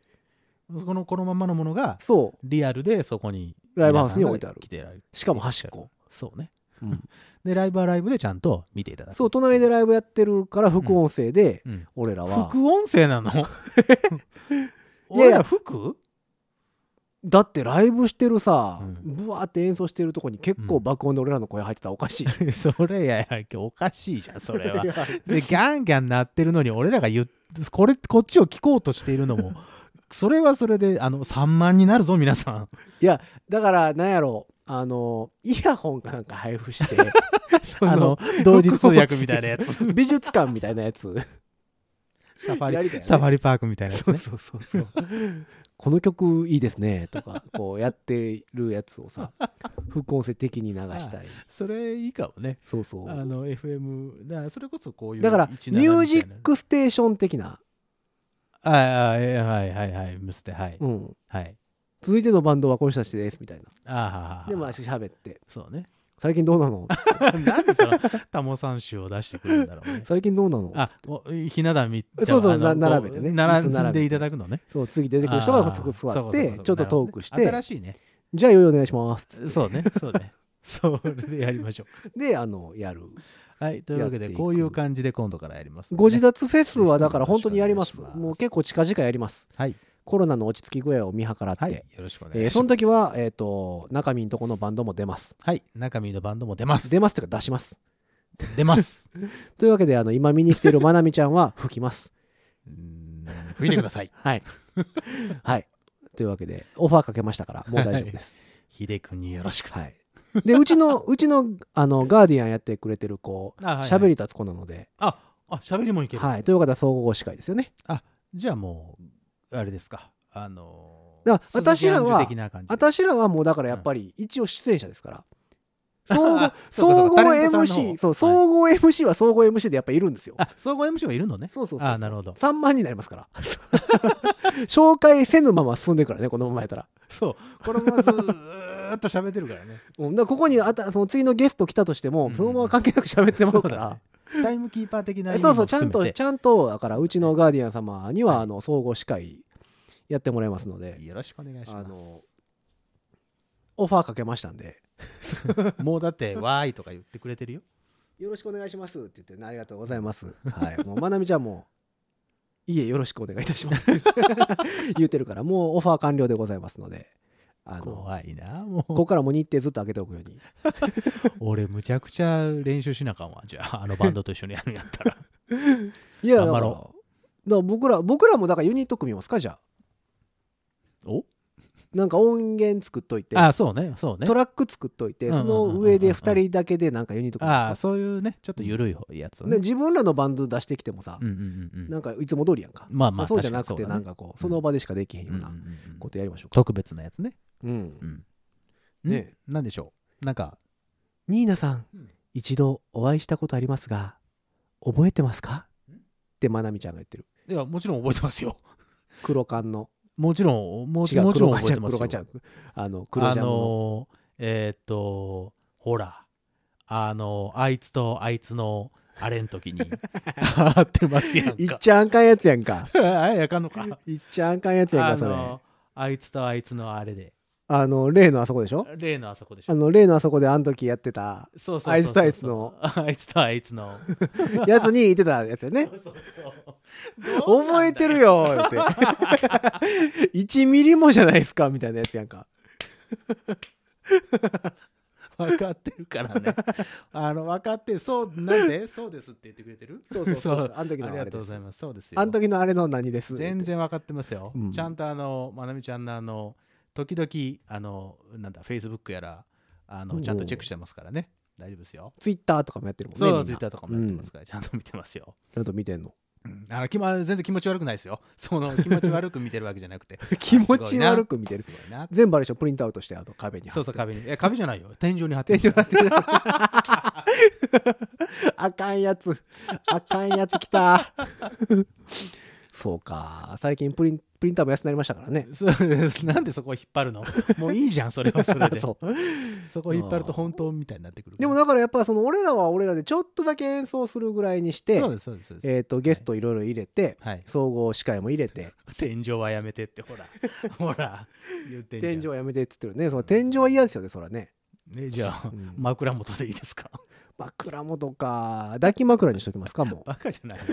C: このこのままのものが
B: そ
C: リアルでそこに
B: ライブハウスに置いてある
C: 皆さんが来てられる
B: うしかも端っこ
C: そうね、
B: うん
C: でライブはライブでちゃんと見ていただく
B: そう、隣でライブやってるから副音声で、
C: うん
B: 俺らは。
C: 副音声なの
B: いやいや
C: 俺ら服
B: だってライブしてるさ
C: う、ん
B: ブワーって演奏してるとこに結構爆音で俺らの声入ってたらおかしい。
C: それややおかしいじゃん それはい
B: や
C: でギャンギャン鳴ってるのに俺らが言っこれこっちを聞こうとしているのもそれはそれであの3万になるぞ皆さん
B: だから、なんやろ、あの、イヤホンかなんか配布して、そ
C: あの 同時通訳みたいなやつ サ
B: 美術館みたいなやつ。
C: フ
B: や
C: ァ
B: り
C: リ、
B: たいね
C: サファリパークみたいなやつ
B: そう
C: ね
B: そうそうそう。この曲いいですねとか、こうやってるやつを さ、副音声的に流したい。
C: それいいかもね
B: そうそ
C: あ
B: う。
C: の FM だからそれこそこういう
B: だから、ミ
C: 17みたいな
B: ュージックステーション的な、
C: ああえはいはいはいむすてはい、
B: うん、
C: はい
B: 続いてのバンドはこの人たちですみたいな。
C: ああ
B: で、まあ、喋って、
C: そうね
B: 最近どうなの
C: なんでそのタモさん集を出してくるんだろうね
B: 最近どうなの
C: あおひな壇み
B: そうそう
C: あ
B: な
C: のこ
B: 並べてね
C: 並
B: 椅子並
C: ん
B: べて
C: でいただくのね
B: そう、次出てくる人が
C: あー
B: そこ
C: そう
B: 座
C: か
B: っ
C: そうか
B: て
C: そ、うか
B: ちょっとトークし
C: なるほどね
B: て
C: 新、しいね
B: じゃあ、よいお願いしますっつって。
C: そうねそ うねそれでやりましょ
B: で、あの、やる。
C: うはいというわけ
B: やっ
C: で
B: ていく
C: こういう感じで今度からやりますんでね、
B: ご自立フェスは、だから
C: よろ
B: 本
C: しく
B: 当
C: お
B: に
C: 願い
B: やります。
C: します
B: もう結構近々やります。
C: はい
B: コロナの落ち着き具合を見計らっ
C: はい
B: て
C: よ。ろしくお願いし
B: え
C: ま
B: ー
C: す
B: その時は、えっと、中身んとこのバンドも出ます。
C: はい中身のバンドも出ます
B: 出ますというか出します。
C: 出ます
B: というわけで、あの、今見に来ているまなみちゃんは吹きます。
C: うーん吹いてください
B: はい。 はい。というわけで、オファーかけましたから、もう大丈夫です。
C: ひでくんによろしくと
B: はい。で、うちの、 うちの、あの、ガーディアンやってくれてる子、
C: あはいはい
B: 喋り立つ子なので、
C: ああ喋りもいける
B: はい。という方は総合司会ですよね。
C: じゃあもう、あれですか。あの
B: だから私らは
C: 鈴木アンジュ的な感じで
B: 私らはもうだからやっぱり、一応出演者です から。
C: あ
B: 総
C: そうか
B: 合、総
C: そうか
B: 合
C: タレントさんの方
B: MC、そう、総合 MC は総合 MC でやっぱいるんですよ。
C: あ、総合 MC もいるのね。
B: そうそうそう。
C: あなるほど。
B: 3万になりますから。 紹介せぬまま進んでいくからね、このままやったら。
C: そう。これもずーっと喋ってるからね。
B: うん、だからここにあた、その次のゲスト来たとしても
C: う、ん
B: そのまま関係なく喋ってもらうか
C: そうだ
B: ら
C: ね。タイムキーパー的な意味
B: そ
C: も
B: うそうちゃ
C: 含
B: ん
C: めて。
B: とちゃんとだからうちのガーディアン様には、
C: はい
B: あの総合司会やってもらいますので
C: よろしくお願いし
B: あ
C: ます。
B: のオファーかけましたんで
C: もうだって、わーいとか言ってくれてるよ。
B: よろしくお願いしますって言って、ね、ありがとうございますはいもうまなみちゃんもいいえよろしくお願いいたします 言ってるからもうオファー完了でございますのであのこ
C: 怖いな、もう。
B: こからもう日程ずっと開けておくように
C: 俺、むちゃくちゃ練習しなあかんわ。じゃあ、あのバンドと一緒にやるんやっ たら。
B: いやだ
C: 頑
B: か
C: 張
B: らだか
C: ろ
B: ら僕ら僕らもだからユニット組みますかじゃあ
C: お
B: なんか音源作っといて
C: あ、そうね、そうね
B: ト。ラック作っといて
C: うんうん
B: そ
C: うんうんう
B: の
C: ん
B: 上で2人だけでなんかユニット組みます
C: あ
B: か
C: そういうね、ちょっと緩いやつを
B: ね、
C: ね。
B: 自分らのバンド出してきてもさ、
C: うんうんうんう。
B: なんんかいつも通りやんか、
C: まあまあ、
B: そうじゃなくて
C: 確か
B: な
C: に
B: ん
C: そうだ
B: か
C: ね
B: こうその場でしかできへんよう
C: う
B: なん
C: うんうんうん
B: ことやりましょうか、
C: 特別なやつね。
B: うん
C: うん。
B: ね
C: んなんでしょうなんか、
B: ニーナさん
C: うん
B: 一度お会いしたことありますが覚えてますかってまなみちゃんが言ってる
C: いやもちろん覚えてますよ
B: 黒缶の
C: もちろんもち
B: 違う
C: もちろ
B: 黒
C: ん
B: 缶ちゃ
C: 覚えて
B: ん
C: ま
B: 黒
C: す
B: 缶ちゃ
C: よ
B: んあの黒
C: あ
B: ジャンの
C: のーえーっとほらあのあいつとあいつのあれん時 に会ってますやん
B: いっ
C: か
B: ちゃあんかんやつやんか
C: あれやかんのか
B: いっちゃあんかんやつやん
C: あ
B: かそれ
C: のあいつとあいつのあれで
B: あの例のあそこでしょ
C: 例のあそこでし
B: あ
C: ょ
B: の例のあそこであの時やってた
C: そうそうそうそう
B: あいつとあいつの
C: あいつとあいつの
B: やつに言ってたやつよね
C: そうそうそ う
B: 覚えてるよって1ミリもじゃないですかみたいなやつやんか
C: 分かってるから ねあの分かってそうなんでそうですって言ってくれてる
B: そうそうそうそうあの時の
C: あ
B: あ
C: り
B: れ
C: が
B: で
C: とうご
B: す
C: ざいますそうですよ
B: あの時のあれの何です
C: 全然分かってますよ、
B: うん
C: ちゃんとあのまなみちゃんのあの時々あのなんだフェイスブックやらあ
B: お
C: の
B: う
C: ちゃんとチェックしてますからね大丈夫ですよ
B: ツイッターとかもやってるもんね
C: そう
B: みん
C: ツイ
B: な
C: ッターとかもやってますから、ちゃんと見てますよ、
B: ちゃんと見て んの
C: うんあの気ま全然気持ち悪くないですよ その気持ち悪く見てるわけじゃなくて
B: 気持ち悪く見てる
C: すごいな
B: 全部あれでしょプリントアウトしてあと壁に貼
C: そ
B: っ
C: う
B: て
C: そう壁にえ壁じゃないよ天井に貼ってる
B: あかんやつあかんやつき たそうか最近プリンプリンターも安くなりましたからね
C: そうですなんでそこを引っ張るのもういいじゃんそれはそれでそ
B: そう
C: こを引っ張ると本当みたいになってくる
B: でもだからやっぱその俺らは俺らでちょっとだけ演奏するぐらいにして
C: そうですそうですそうです
B: えー、とゲストいろいろ入れて、
C: はい
B: 総合司会も入れて
C: 天井はやめてってほら ほら言ってんじゃん
B: 天井はやめてって言ってるねその天井は嫌ですよねそらね、
C: ねじゃあ
B: うん
C: 枕元でいいですか
B: 枕元か抱き枕にしときますかもう
C: バカじゃないよ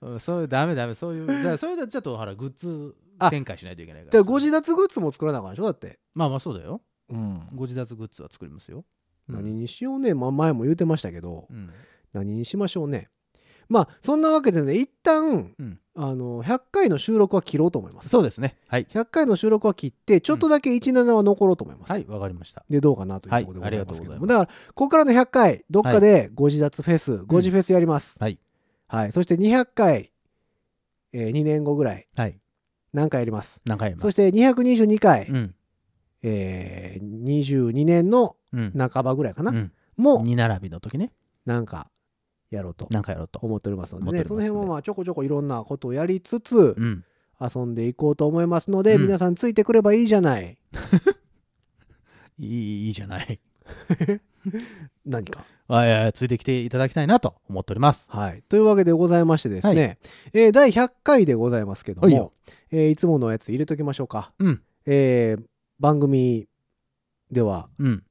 C: もううんそういうダメダメそういうじゃあそれでちょっとほらグッズ
B: あ
C: 展開しないといけないから
B: じゃあご自立グッズも作らなあかんでしょだって、
C: まあまあそうだよ
B: うん、
C: ご自立グッズは作りますよ
B: 何にしようね、まあ、前も言うてましたけど、
C: うん
B: 何にしましょうねまあそんなわけでね一旦、
C: うん
B: あの100回の収録は切ろうと思います
C: そうですねはい
B: 100回の収録は切ってちょっとだけ17は残ろうと思います、
C: はいわかりました
B: でどうかなというところで
C: は
B: ございま
C: い
B: すけども、
C: ありがとうござ
B: だ
C: い
B: からここからの100回どっかでご自立フェス、ご自フェスやります、
C: はい
B: はい、そして200回、え2年後ぐらい
C: はい
B: 何回やります
C: 何回も
B: そして222回、
C: うん
B: えー22年の
C: うん
B: 半ばぐらいかな、
C: うん
B: も
C: 二並びの時ね
B: なんかやろうと
C: 何回やろうと
B: 思っておりますので,、
C: 思
B: ね
C: って
B: そ
C: おり
B: の
C: ますんで
B: 辺もまあちょこちょこいろんなことをやりつつ、
C: うん
B: 遊んでいこうと思いますので、
C: うん
B: 皆さんついてくればいいじゃない
C: いいいいじゃない
B: 何か。
C: あいやいやついてきていただきたいなと思っております。
B: はい、というわけでございましてですね、
C: は
B: えー第100回でございますけど
C: はい
B: も
C: よ、
B: いえーいつものやつ入れときましょうか、
C: うん
B: えー番組では
C: うん、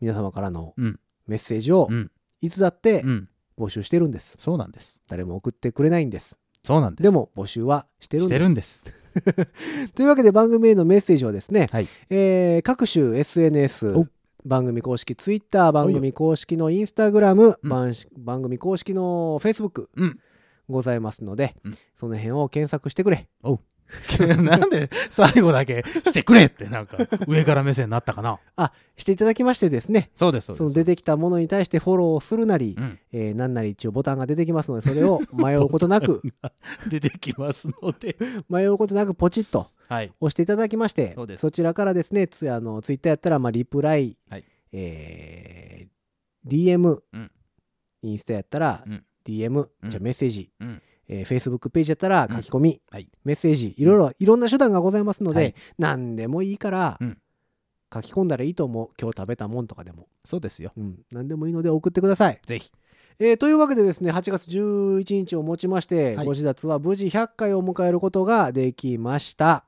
B: 皆様からの
C: うん
B: メッセージを
C: うん、
B: いつだって
C: うん、
B: 募集してるんです、
C: そうなんです。
B: 誰も送ってくれないんです
C: そうなんです。
B: で、も募集はしてるん
C: し
B: で
C: て
B: す
C: るんです。
B: というわけで番組へのメッセージはですね、
C: はい
B: えー各種 SNS
C: お
B: 番組公式 Twitter 番組公式の Instagram、番し番組公式の Facebook
C: うん。
B: ございますので、
C: うん
B: その辺を検索してくれ
C: なん で最後だけしてくれってなんか上から目線になったかな。
B: あしていただきましてですね
C: そうです、そ
B: そう
C: です。
B: の出てきたものに対してフォローするなり、
C: うん、
B: えーなんなり一応ボタンが出てきますのでそれを迷うことな く
C: 出てきますので。
B: 迷うことなくポチッと
C: はい。
B: 押していただきまして
C: そうです
B: ちらからですねツあのツイッターやったら、まあ、リプライ、
C: はい
B: えー DM、
C: うん
B: インスタやったら
C: うん
B: DM、
C: うん
B: じゃあメッセージ、
C: うん。
B: えー、Facebook ページやったら書き込み、
C: はい。
B: メッセージいろいろいろんな手段がございますので、
C: はい
B: 何でもいいから、
C: うん
B: 書き込んだらいいと思う今日食べたもんとかでも、
C: そうですよ。
B: うん、何でもいいので送ってください、
C: ぜひ。
B: えーというわけでですね8月11日をもちまして、
C: はい
B: ご自立は無事100回を迎えることができました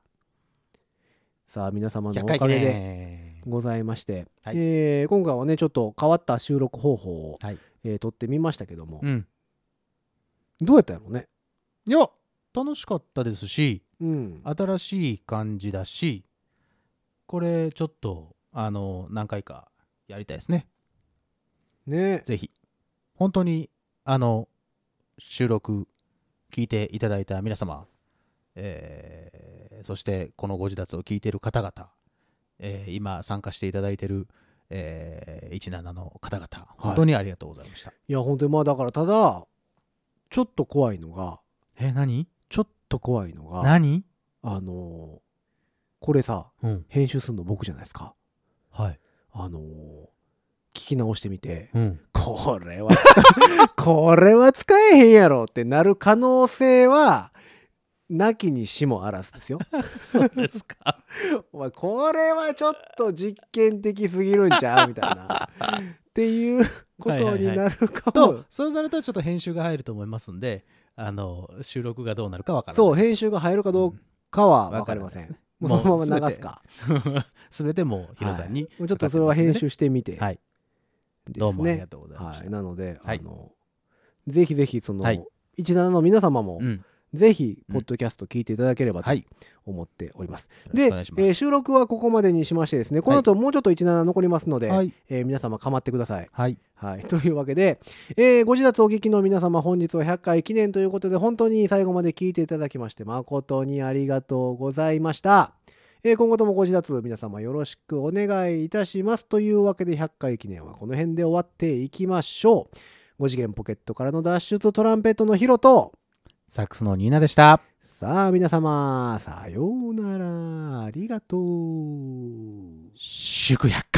B: さあ皆様のお
C: 100
B: か
C: 回記
B: げで
C: 念。
B: ございまして、
C: はい
B: えー今回はねちょっと変わった収録方法を、
C: はい。
B: えー撮ってみましたけども、
C: うん。
B: どうやったんやろうね
C: いや、楽しかったですし、
B: うん
C: 新しい感じだし、これちょっと、あの、何回かやりたいですね。
B: ね
C: ぜひ、本当に、あの、収録、聞いていただいた皆様、えーそして、このご自立を聞いている方々、えー今、参加していただいている、えー17の方々、本当にありがとうございました。
B: いや本当にまあだからただちょっと怖いのが
C: え、何
B: ちょっと怖いのが、
C: 何
B: あのーこれさ、
C: うん。
B: 編集するの僕じゃないですか。
C: はい。
B: あのー聞き直してみて、
C: うん、
B: これはこれは使えへんやろってなる可能性はなきにしもあらずですよ。
C: そうですか。
B: お前これはちょっと実験的すぎるんちゃうみたいな。っていうことになるかも。
C: と、そうなるとちょっと編集が入ると思いますんで、あの収録がどうなるかわからない。
B: そう編集が入るかどうかは
C: うん
B: 分かりません。も
C: わ
B: う
C: からないですね
B: そのまま流すか。
C: すべてもうヒロさんに、
B: はいもうちょっとそれは編集してみて
C: はい。
B: で
C: どう
B: す
C: もあり
B: ね
C: が。とうございまし
B: は
C: た。
B: い、なので、
C: はい
B: あのぜひぜひその、
C: はい
B: 一七の皆様も、
C: うん、
B: ぜひポッドキャスト聞いていただければと
C: はい。
B: 思っております。
C: よろし
B: で
C: くお願いします
B: えー収録はここまでにしましてですねこの後もうちょっと17残りますので、
C: はい。
B: えー皆様構ってください。
C: はい。
B: はい、 というわけで、えーご自立お聞きの皆様本日は100回記念ということで本当に最後まで聞いていただきまして誠にありがとうございました。えー今後ともご自立皆様よろしくお願いいたします。というわけで100回記念はこの辺で終わっていきましょう。5次元ポケットからの脱出とトランペットのヒロと
C: サックスのニーナでした。
B: さあ皆様さようならありがとう。
C: 祝100